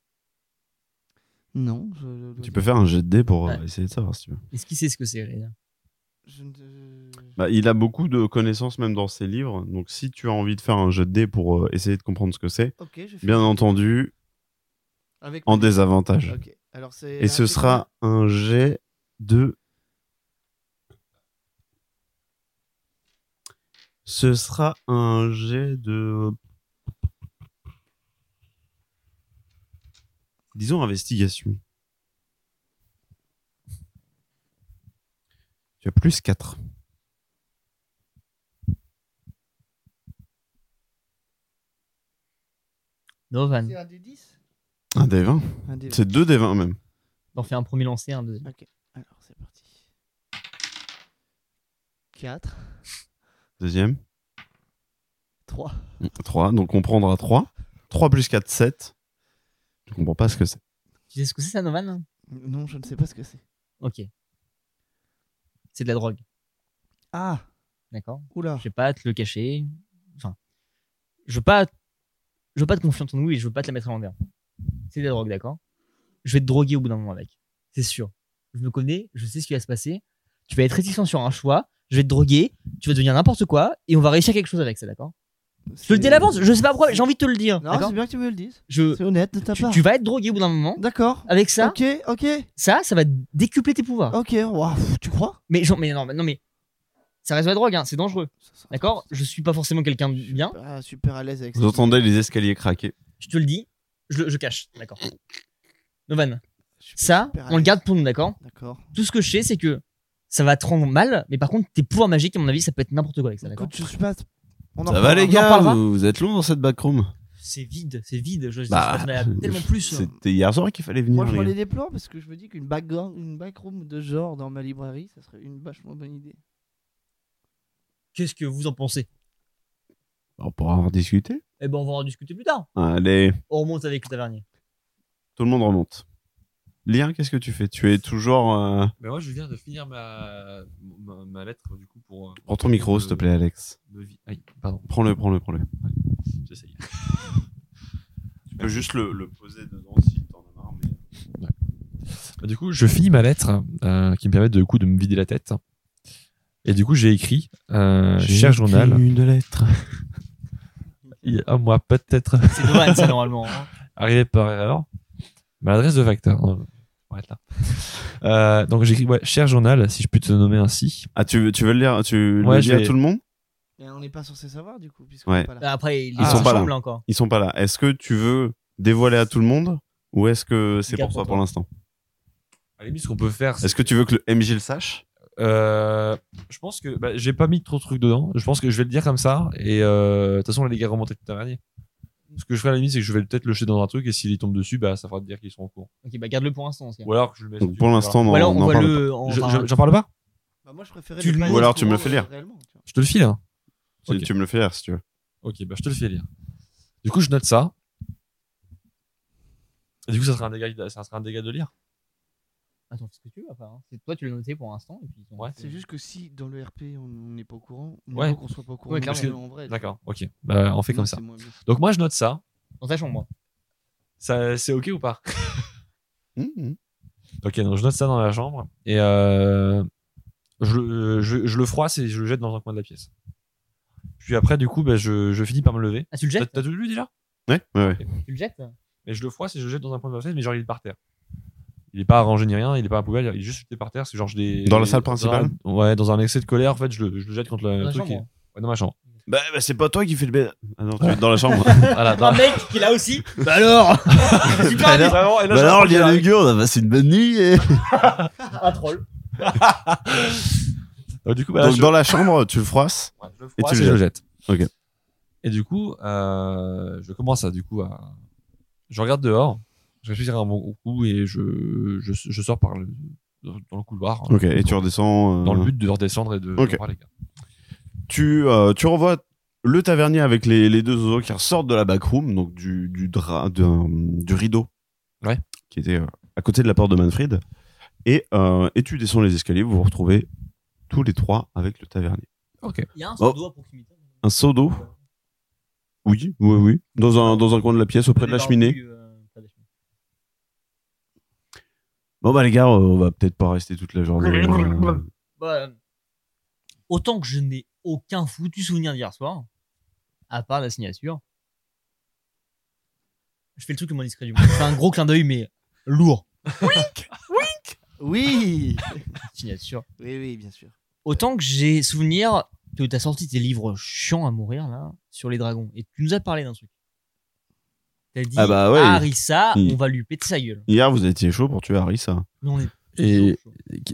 Non, je. Tu peux faire un jet de dés pour euh, Ouais. essayer de savoir si tu veux. Est-ce qu'il sait ce que c'est Aurélien Je ne- Bah, il a beaucoup de connaissances même dans ses livres. Donc si tu as envie de faire un jet de dés pour euh, essayer de comprendre ce que c'est, Ok, je fais. bien entendu, Avec en ma- désavantage. Ok. Alors c'est. Et ce sera un jet de... Ce sera un jet de... Disons investigation. Tu as plus 4. Novan, C'est un des 10 Un des 20 Un des 20. C'est deux des 20 même. t'en fais un premier lancer, un deuxième. Alors c'est parti. 4, Deuxième. 3. 3. Donc on prendra 3. 3 plus 4, 7. Je comprends pas ce que c'est. Tu sais ce que c'est ça, Novan Non, je ne sais pas ce que c'est. Ok. C'est de la drogue, Ah d'accord Oula Je vais pas te le cacher. Enfin, je veux pas, je veux pas te confier en ton oui et je veux pas te la mettre à l'envers. C'est de la drogue, d'accord Je vais te droguer au bout d'un moment avec. C'est sûr. Je me connais, je sais ce qui va se passer. Tu vas être réticent sur un choix. Je vais te droguer. Tu vas devenir n'importe quoi et on va réussir quelque chose avec ça, d'accord Je te le dis à l'avance. Je sais pas pourquoi. J'ai envie de te le dire. Non, d'accord c'est bien que tu me le dises. Je, C'est honnête de ta tu, part. tu vas être drogué au bout d'un moment. D'accord. Avec ça, Ok, ok, ça, ça va décupler tes pouvoirs. ok. Waouh, tu crois Mais, genre, mais non, mais non, mais ça reste de la drogue, hein, c'est dangereux, Ça sera- d'accord Je suis pas forcément quelqu'un de bien. Ah, super à l'aise avec ça. Vous entendez les escaliers craquer. je te le dis, je, le- je cache, d'accord. Novan, Je suis ça, super à on le l'aise. garde pour nous, d'accord D'accord. Tout ce que je sais, c'est que ça va te rendre mal, mais par contre, tes pouvoirs magiques, à mon avis, ça peut être n'importe quoi avec ça, d'accord Écoute, je suis pas. On en Ça va les reparlera. on en gars, parlera. vous, vous êtes loin dans cette backroom. C'est vide, c'est vide, je, je- Bah, je- on a tellement plus. C'était hier soir qu'il fallait venir. Moi, je les m'en gars. les déplore parce que je me dis qu'une background- une backroom de genre dans ma librairie, ça serait une vachement bonne idée. Qu'est-ce que vous en pensez On pourra en discuter. Eh ben, on va en discuter plus tard. Allez, On remonte avec le tavernier. tout le monde remonte. Lien, qu'est-ce que tu fais Tu es toujours. euh, Mais moi, je viens de finir ma, ma, ma lettre, du coup, pour. euh, Prends ton micro, de- s'il te plaît, Alex. de vie- Aïe, pardon, Prends-le, prends-le, prends-le. j'essaye. Tu peux juste le, poser dedans si t'en as marre. Bah, Du coup, je finis ma lettre euh, qui me permet de, du coup de me vider la tête. Et du coup, j'ai écrit euh, Cher journal, Une lettre. il y a un mois peut-être C'est Novan, ça, normalement. hein. arrivé par erreur, ma adresse de facteur. Non, on va être là. Euh, donc, j'ai écrit ouais, Cher journal, si je peux te nommer ainsi. Ah, tu veux, tu veux le lire Tu Ouais, le je dis à vais- tout le monde Mais on n'est pas censé savoir du coup, puisqu'on Ouais. est pas là. Bah, Après, il Ils est sont en pas chambre, là. là, encore. Ils sont pas là. Est-ce que tu veux dévoiler à tout le monde ou est-ce que c'est Garde pour toi pour pour toi. l'instant À la limite, ce qu'on peut faire, Est-ce que tu veux que le MJ le sache Euh, je pense que bah, j'ai pas mis trop de trucs dedans. Je pense que je vais le dire comme ça. Et euh, de toute façon, là, les gars remontent tout à dernier. Ce que je ferai à la limite, c'est que je vais peut-être le jeter dans un truc et s'il y tombe dessus, bah, ça fera dire qu'ils sont en cours. Ok, bah garde-le pour l'instant. en tout cas. Ou alors que je le mets. Donc, dessus, Pour voilà. l'instant, non. Ou alors, on on en va parle le. Je- enfin, je- J'en parle pas Bah, moi, je préférais. Tu ne le- pas ou être alors au tu me le courant, fais lire. euh, réellement, tu vois. Je te le file. hein. pas. Tu- Ok. Tu me le fais lire si tu veux. Ok, bah, je te le fais lire. Du coup, je note ça. Et du coup, ça sera un dégât, ça sera un dégât de lire. Attends, fais ce que tu veux, enfin, hein. C'est- Toi, tu l'as noté pour l'instant. et puis- Ouais. C'est juste que si dans le RP on on n'est pas au courant, on Ouais. veut qu'on soit pas au courant. Ouais, mais clairement. sinon, en vrai, D'accord, ok. Bah, on fait non, comme c'est ça. moins bien. Donc, moi, je note ça. Dans ta chambre, moi. ça c'est ok ou pas Mhm. Ok, donc je note ça dans la chambre et euh, je, le- je- je le froisse et je le jette dans un coin de la pièce. Puis après, du coup, bah, je, je finis par me lever. Ah, tu le T'as jettes t'as tout lu déjà Ouais, ouais, ouais. Tu le jettes Et je Bah, le froisse et je le jette dans un coin de la pièce, mais genre il est par terre. Il est pas arrangé ni rien, il est pas à la poubelle, il est juste jeté par terre. C'est genre je l'ai- Dans la salle principale un- Ouais, dans un excès de colère, en fait, je le, je le jette contre le Dans la truc. chambre, qui- hein. ouais, dans ma chambre. Bah, bah, c'est pas toi qui fais le bête. Ah non, tu es dans la chambre. voilà, dans- Un mec qui l'a aussi Bah alors Tu Bah parles alors Vraiment, et Bah là, j'ai un alors, truc qui il y a arrive. le gars, on a passé une bonne nuit. et- Un troll. Donc, du coup, bah, là, Donc, je- dans la chambre, tu le froisses. Ouais, je le Et froisse tu et le je le jette. Ok. Et du coup, euh, je commence à, du coup, à... je regarde dehors, je réfléchis à un bon coup et je, je, je sors par le, dans dans le couloir. hein, Ok, et tu redescends. euh, Dans le but de redescendre et de de Ok. voir les gars. Tu, euh, tu revois le tavernier avec les, les deux oiseaux qui ressortent de la backroom, donc du, du, drap- d'un- du rideau. Ouais. Qui était euh, à côté de la porte de Manfred. Et, euh, et tu descends les escaliers, vous vous retrouvez tous les trois avec le tavernier. Ok. Il y a un Oh. doigt pour qui Un seau d'eau Oui, oui, oui. Dans un, dans un coin de la pièce, auprès de la cheminée. Bon, bah, les gars, euh, on va peut-être pas rester toute la journée. euh, Bah, euh, autant que je n'ai aucun foutu souvenir d'hier soir, à part la signature, je fais le truc le moins discret du monde. Je fais un gros clin d'œil, mais lourd. Oui Signature. Oui, oui, bien sûr. Autant que j'ai souvenir que t'as sorti tes livres chiants à mourir, là, sur les dragons. Et tu nous as parlé d'un truc. T'as dit, Ah bah ouais. Arissa, Il- on va lui péter sa gueule. Hier, vous étiez chaud pour tuer Harry, ça. Nous, on est- Et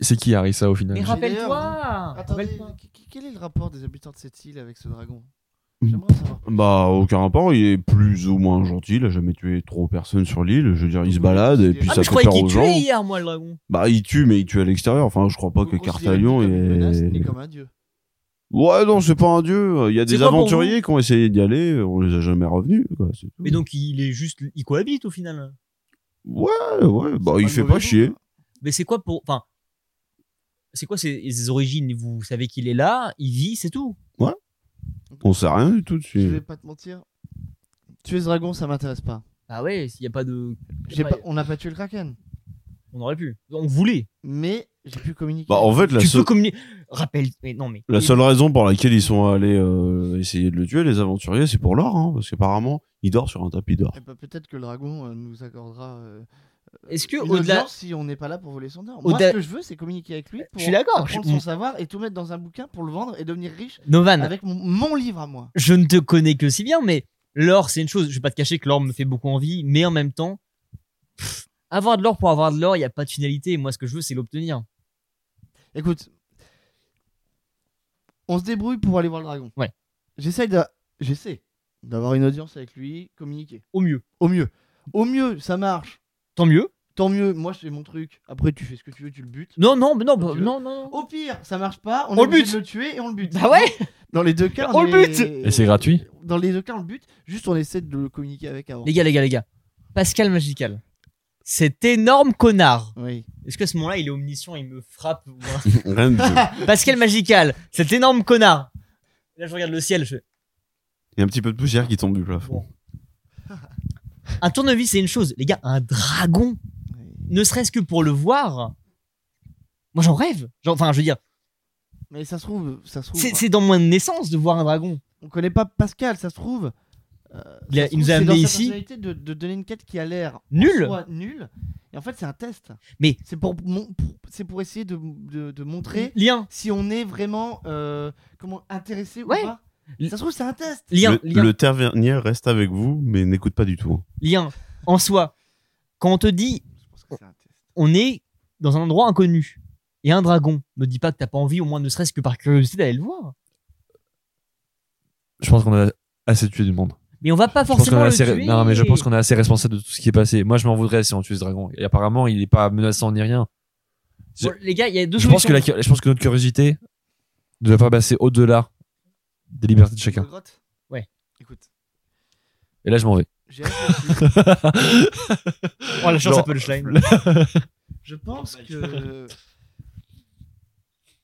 c'est qui Harissa au final Mais J'ai rappelle-toi Ah, Attendez, rappelle-toi. qu- qu- quel est le rapport des habitants de cette île avec ce dragon Mm. J'aimerais savoir. Bah, aucun rapport, il est plus ou moins gentil, il a jamais tué trop personne sur l'île, je veux dire, il se balade et puis Ah, ça mais je fait croyais peur qu'il aux gens. tuait hier, moi, le dragon. Bah, il tue, mais il tue à l'extérieur, enfin, je crois pas que Vous considérez-vous Cartalion comme une menace est... ni comme un dieu. Ouais, non, c'est pas un dieu, il y a C'est des quoi pour aventuriers qui ont essayé d'y aller, on les a jamais revenus, quoi, c'est tout. Mais Mm. donc, il est juste. Il cohabite au final. Ouais, ouais, bah, il C'est le fait mauvais pas chier. goût, Mais c'est quoi pour. Enfin. C'est quoi ses, ses origines Vous savez qu'il est là, il vit, c'est tout. On sait rien du tout Je dessus. vais pas te mentir. Tuer ce dragon, ça m'intéresse pas. Ah ouais, s'il n'y a pas de. J'ai Ouais, pas- On n'a pas tué le kraken, On aurait pu. On voulait. mais j'ai pu communiquer. Bah, en fait, la tu seule... peux communiquer. Rappelle. Mais non, mais. La seule raison pour laquelle ils sont allés euh, essayer de le tuer, les aventuriers, c'est pour l'or, hein, parce qu'apparemment, il dort sur un tapis d'or. Eh ben, peut-être que le dragon euh, nous accordera euh, Est-ce que une au-delà. audience si on n'est pas là pour voler son or. Au-delà- Moi, ce que je veux, c'est communiquer avec lui pour suis d'accord, apprendre je- son savoir et tout mettre dans un bouquin pour le vendre et devenir riche Novan, avec mon, mon livre à moi. je ne te connais que si bien, mais l'or, c'est une chose. Je vais pas te cacher que l'or me fait beaucoup envie, mais en même temps. pff, avoir de l'or pour avoir de l'or, il n'y a pas de finalité. Moi, ce que je veux, c'est l'obtenir. Écoute, on se débrouille pour aller voir le dragon. Ouais. J'essaie de... J'essaie d'avoir une audience avec lui, communiquer. Au mieux. Au mieux. Au mieux, ça marche. Tant mieux. Tant mieux, moi je fais mon truc. Après, tu fais ce que tu veux, tu le butes. Non, non, mais non, bah, Tu veux- non, non, non. Au pire, ça marche pas, on, On est le obligé bute. de le tuer et on le bute. Bah ouais Dans les deux cas, On le est- bute. Et c'est gratuit Dans les deux cas, on le bute. Juste, on essaie de le communiquer avec avant. Les gars, les gars, les gars. Pascal Magical. Cet énorme connard. Oui. Est-ce qu'à ce moment-là, il est omniscient, il me frappe ou un Rien du tout. Pascal Magical, cet énorme connard. Là, je regarde le ciel. Je... fais, Il y a un petit peu de poussière qui tombe du plafond. Un tournevis, c'est une chose. Les gars, un dragon, ne serait-ce que pour le voir. Moi, j'en rêve. Genre, Enfin, je veux dire, Mais ça se trouve, ça se trouve. c'est c'est dans mon naissance de voir un dragon. On connaît pas Pascal, ça se trouve. euh, Il a- ça se il trouve, nous a c'est amenés dans sa ici. personnalité De, de donner une quête qui a l'air Nul. soit nulle. Et en fait, c'est un test. Mais- c'est pour, mon- pour- c'est pour essayer de, de- de montrer Lien, si on est vraiment euh, comment intéressé Ouais. ou pas. L- Ça se trouve, c'est un test. lien, le, lien, le tavernier reste avec vous, mais n'écoute pas du tout. hein. lien. En soi, quand on te dit, Je pense que c'est un test. on est dans un endroit inconnu et un dragon, me dis pas que t'as pas envie, au moins ne serait-ce que par curiosité d'aller le voir. Je pense qu'on a assez tué du monde. Mais on va pas Je pense qu'on forcément est le assez- tuer. Non, mais je pense qu'on est assez responsable de tout ce qui est passé. Moi, je m'en voudrais si on tuait ce dragon. Et apparemment, il est pas menaçant ni rien. Bon, les gars, il y a deux Je pense, solutions. que la- je pense que notre curiosité ne doit pas passer au-delà des libertés de Une chacun. grotte Ouais. Écoute, Et là, je m'en vais. j'ai réfléchi. Oh, la chance Genre- à punchline. Je pense que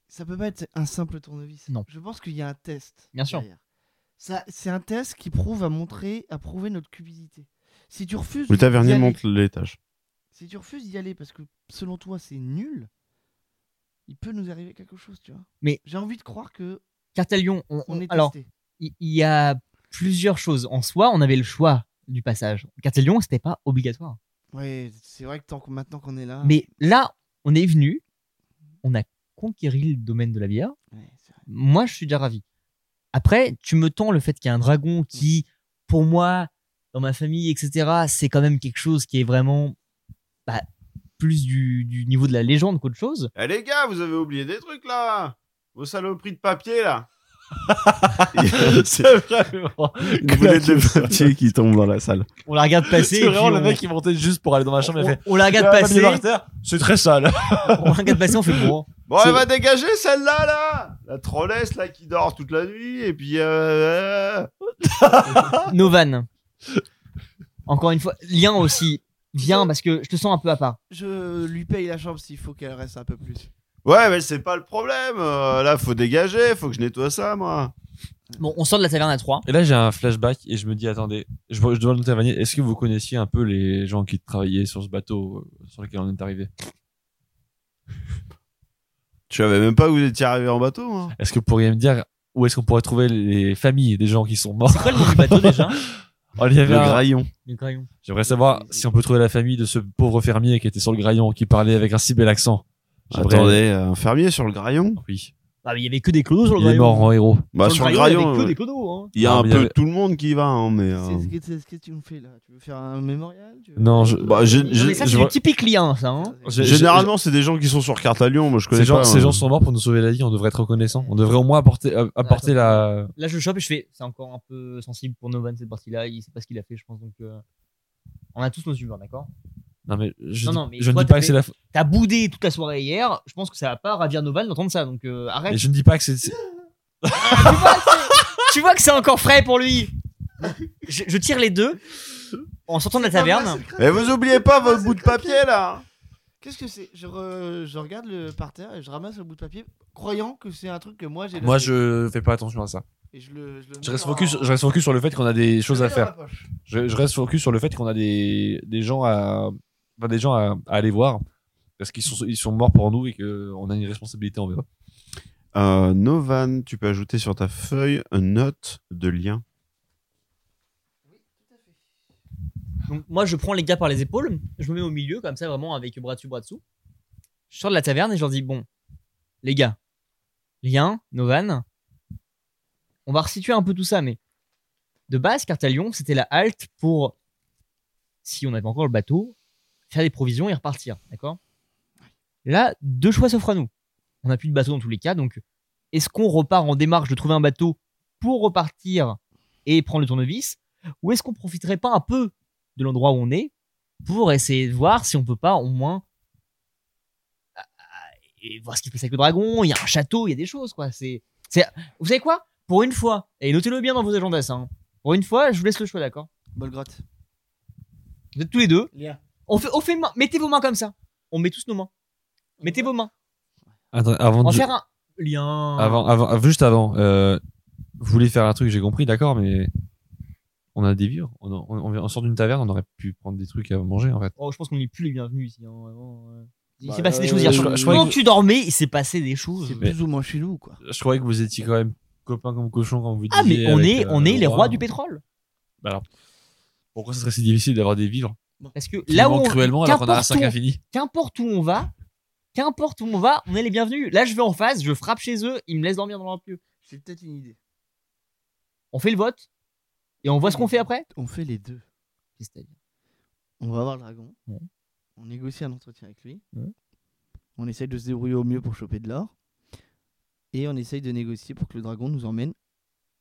ça peut pas être un simple tournevis. Non. Je pense qu'il y a un test. Bien sûr. derrière. Ça, c'est un test qui prouve à montrer, à prouver notre cupidité. Si tu refuses, Le d'y tavernier aller- monte l'étage. Si tu refuses d'y aller parce que selon toi c'est nul, il peut nous arriver quelque chose, tu vois. Mais- j'ai envie de croire que Cartel Lyon, on, on est alors, testé. il il y, a plusieurs choses. En soi, on avait le choix du passage. Cartel Lyon, c'était pas obligatoire. Ouais, c'est vrai que tant qu'on- maintenant qu'on est là. Mais là, on est venu, on a conquéri le domaine de la bière. Ouais, c'est vrai. Moi, je suis déjà ravi. Après, tu me tends le fait qu'il y a un dragon qui, pour moi, dans ma famille, etc., c'est quand même quelque chose qui est vraiment bah, plus du, du niveau de la légende qu'autre chose. Eh les gars, vous avez oublié des trucs là Vos saloperies de papier là C'est vraiment. Une boulette de papier qui tombe dans la salle. On la regarde passer. et C'est vraiment puis le on- mec qui montait juste pour aller dans ma chambre et on, fait. on la regarde Ah, papier passer. par terre, C'est très sale. on la regarde passer, on fait bon. Bon, C'est- elle va dégager celle-là là La trollesse là qui dort toute la nuit et puis. euh, euh, Novan. Encore une fois, lien aussi. Viens parce que je te sens un peu à part. Je lui paye la chambre s'il faut qu'elle reste un peu plus. Ouais, mais c'est pas le problème euh, Là, faut dégager, faut que je nettoie ça moi Bon, on sort de la taverne à 3. Et là, j'ai un flashback et je me dis, attendez, je, je demande au tavernier, est-ce que vous connaissiez un peu les gens qui travaillaient sur ce bateau euh, sur lequel on est arrivé Tu savais même pas que vous étiez arrivé en bateau hein. moi Est-ce que vous pourriez me dire où est-ce qu'on pourrait trouver les familles des gens qui sont morts C'est quoi le nom du bateau déjà Oh, il y avait Le un- graillon. Le crayon. J'aimerais savoir si on peut trouver la famille de ce pauvre fermier qui était sur le graillon, qui parlait avec un si bel accent. J'aimerais- Attendez, euh, un fermier sur le graillon Oui. Ah, mais il y avait que des clodos sur le Il est crayon. mort en héros. Bah, sur le graillon, il y avait que ouais. des clodos. Hein. il y a Ah, un mais il y peu avait- tout le monde qui y va, hein, mais. euh, C'est- c'est- c'est- Qu'est-ce que tu me fais là Tu veux faire un mémorial Tu veux- Non, je- Bah, j'ai- Non, j'ai- mais ça, je c'est vois- du typique lien, ça. hein. J'ai- j'ai- Généralement, c'est des gens qui sont sur carte à Lyon, moi je connais Ces gens, pas. euh. ces euh. ouais. gens sont morts pour nous sauver la vie, on devrait être reconnaissant. On devrait au moins apporter, euh, apporter la. Là, je le chope et je fais. C'est encore un peu sensible pour Novan cette partie-là. Il sait pas ce qu'il a fait, je pense. Donc, euh, on a tous nos humeurs, d'accord Non, mais je, Non, dis- non, mais je ne toi, dis t'as pas que fait- c'est la. fa- T'as boudé toute la soirée hier. Je pense que ça va pas ravir Novan d'entendre ça. Donc, euh, arrête. mais je ne dis pas que c'est. c'est- tu vois que c'est- tu vois que c'est encore frais pour lui. Je, je tire les deux en sortant de la Ah, voilà, taverne. c'est le Et crâne. Eh, vous oubliez pas votre Ah, bout de papier là Qu'est-ce que c'est je, re- je regarde le parterre et je ramasse le bout de papier, croyant que c'est un truc que moi j'ai. Moi, noté. je fais pas attention à ça. Et je, le, je, le Je mets reste dans- focus, je reste focus sur le fait qu'on a des je le choses à mets dans faire. ma poche. Je, je reste focus sur le fait qu'on a des, des gens à enfin, des gens à, à aller voir parce qu'ils sont ils sont morts pour nous et que on a une responsabilité envers eux. Euh, Novan, tu peux ajouter sur ta feuille une note de lien. Donc moi je prends les gars par les épaules, je me mets au milieu comme ça vraiment avec bras dessus bras dessous. Je sors de la taverne et je leur dis bon les gars, Lien, Novan, on va resituer un peu tout ça mais de base Cartalion c'était la halte pour si on avait encore le bateau faire des provisions et repartir, d'accord Là deux choix s'offrent à nous. On n'a plus de bateau dans tous les cas donc est-ce qu'on repart en démarche de trouver un bateau pour repartir et prendre le tournevis ou est-ce qu'on profiterait pas un peu de l'endroit où on est pour essayer de voir si on peut pas au moins Ah, ah, et voir ce qui se passe avec le dragon. Il y a un château, il y a des choses quoi. C'est, c'est, vous savez quoi Pour une fois, et notez-le bien dans vos agendas, ça, hein. Pour une fois, je vous laisse le choix, d'accord Bolgrotte. Vous êtes tous les deux. Lien. On fait, on fait, main- mettez vos mains comme ça. On met tous nos mains. Mettez vos mains. Attends, avant On de va ju- faire un lien. avant, avant av- juste avant euh, vous voulez faire un truc, j'ai compris, d'accord, mais on a des vivres, on, on, on vient- on sort d'une taverne, on aurait pu prendre des trucs à manger en fait. Oh, je pense qu'on n'est plus les bienvenus ici. hein, vraiment, ouais. Il Bah, s'est passé des euh, choses hier je soir. crois- je crois Quand que- tu dormais, il s'est passé des choses. C'est Mais- plus ou moins chez nous, quoi. Je croyais que vous étiez quand même copains comme cochons quand vous Ah, mais disiez on avec, est, euh, on est le les roi. rois du pétrole. Bah alors pourquoi ça serait si difficile d'avoir des vivres Parce que qui là nous où on, manquent cruellement alors qu'on a un qu'importe sac où- infini. qu'importe où on va, qu'importe où on va, on est les bienvenus. Là, je vais en face, je frappe chez eux, ils me laissent dormir dans leur pieu. C'est peut-être une idée. On fait le vote et on voit ce qu'on fait après. On fait les deux. On va voir le dragon. Ouais. On négocie un entretien avec lui. Ouais. On essaye de se débrouiller au mieux pour choper de l'or. Et on essaye de négocier pour que le dragon nous emmène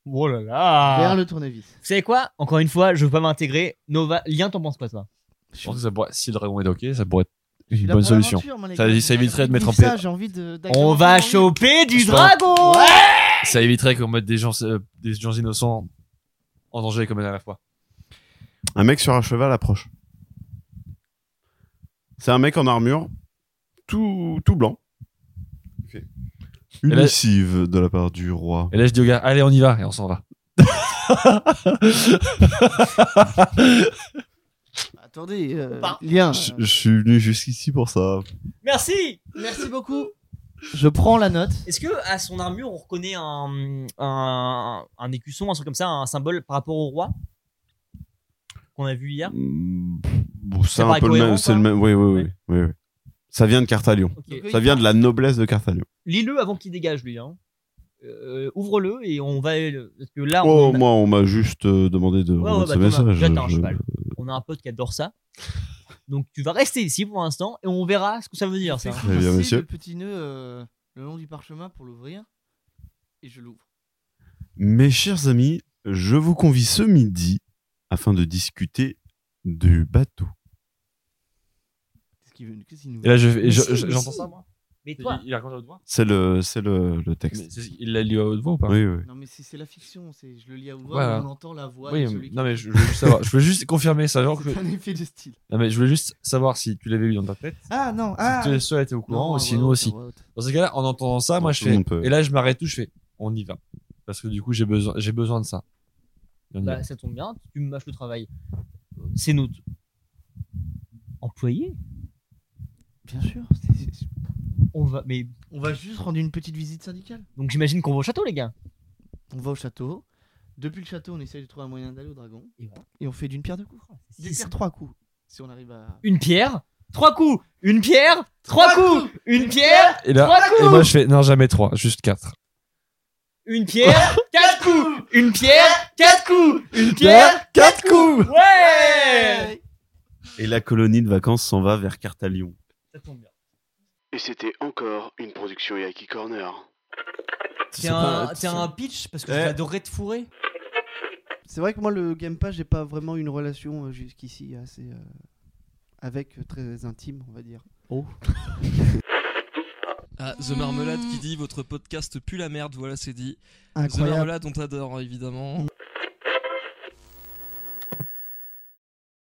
Oh là vers là Vous le tournevis. savez quoi Encore une fois, je veux pas m'intégrer. Nova, lien, t'en penses quoi toi Je Je suis- pense que ça pourrait- si le dragon est ok, ça pourrait être je suis une là bonne pour solution. l'aventure, moi, les Ça- gars. ça éviterait J'ai de mettre envie en ça, J'ai envie de. On va choper choper du Je dragon Ça éviterait qu'on mette des gens, euh, des gens innocents en danger comme la dernière fois. Un mec sur un cheval approche. C'est un mec en armure, tout, tout blanc. Une Et là- missive de la part du roi. Et là, je dis au gars, allez, on y va, et on s'en va. Attendez, euh, Pas. lien. Je euh, je suis venu jusqu'ici pour ça. Merci Merci beaucoup. Je prends la note. Est-ce que à son armure, on reconnaît un, un, un écusson, un truc comme ça, un symbole par rapport au roi qu'on a vu hier Mm, bon, C'est Ça un paraît peu le Hein cohérent, même. C'est le quoi. même. Oui, oui, oui, oui, oui. Ça vient de Cartalion. Ok. Donc, Ça il- vient de la noblesse de Cartalion. Lis-le avant qu'il dégage, lui. Hein. Euh, Ouvre-le et on va. Parce que là, Oh, Ah, on, a, moi, on m'a juste euh, demandé de Ouais, remettre ouais, ce bah, Thomas, message. j'attends, Je- je parle. on a un pote qui adore ça. Donc tu vas rester ici pour l'instant et on verra ce que ça veut dire, ça. Je Très bien, pousse monsieur. le petit nœud euh, le long du parchemin pour l'ouvrir et je l'ouvre. Mes chers amis, je vous convie ce midi afin de discuter du bateau. Qu'est-ce qu'il veut Qu'est-ce qu'il nous Et là, je- Mais je- je- si, mais j'entends si. ça, moi. Mais Il, toi, il raconte à haute voix. C'est le, c'est le, le texte. Mais c'est- Il l'a lu à haute voix ou pas Oui, oui. Non mais c'est c'est la fiction, c'est je le lis à voix, Voilà. mais on entend la voix. Oui, de mais- celui qui- non mais je, je voulais juste savoir, je voulais juste confirmer ça, genre que- C'est un effet de style. non, mais je voulais juste savoir si tu l'avais eu dans ta tête, Ah non, ah. si tu seul était au courant, Non, ou si à nous voix haute, à aussi. voix haute. Dans ce cas-là, en entendant Ah, ça, moi je Tout le fais, monde peut. et là je m'arrête tout, je fais, on y va, parce que du coup j'ai besoin, j'ai besoin de ça. Et on y va. bah, ça tombe bien, tu me mâches le travail. C'est notre employé. Bien sûr. c'est- c'est- c'est- On va. Mais On va juste rendre une petite visite syndicale. donc j'imagine qu'on va au château, les gars. On va au château. Depuis le château, on essaye de trouver un moyen d'aller au dragon. Et voilà. Et on fait d'une pierre deux coups. D'une Six- pierre trois coups. Si on arrive à. Une pierre, trois coups. Une pierre, trois coups. Une pierre, Et là, trois coups. et moi je fais, non jamais trois, juste quatre. Une pierre, quatre coups. Une pierre, quatre coups. Une pierre, quatre coups. ouais. Et la colonie de vacances s'en va vers Cartalion. Ça tombe bien. Et c'était encore une production Yaki Corner. T'es un, t'es un pitch parce que Eh. j'adorerais te fourrer. C'est vrai que moi, le Game Pass, j'ai pas vraiment une relation euh, jusqu'ici assez. euh, avec euh, très intime, on va dire. Ah, The Marmelade qui dit votre podcast pue la merde, voilà c'est dit. The Incroyable. Marmelade, on t'adore hein, évidemment.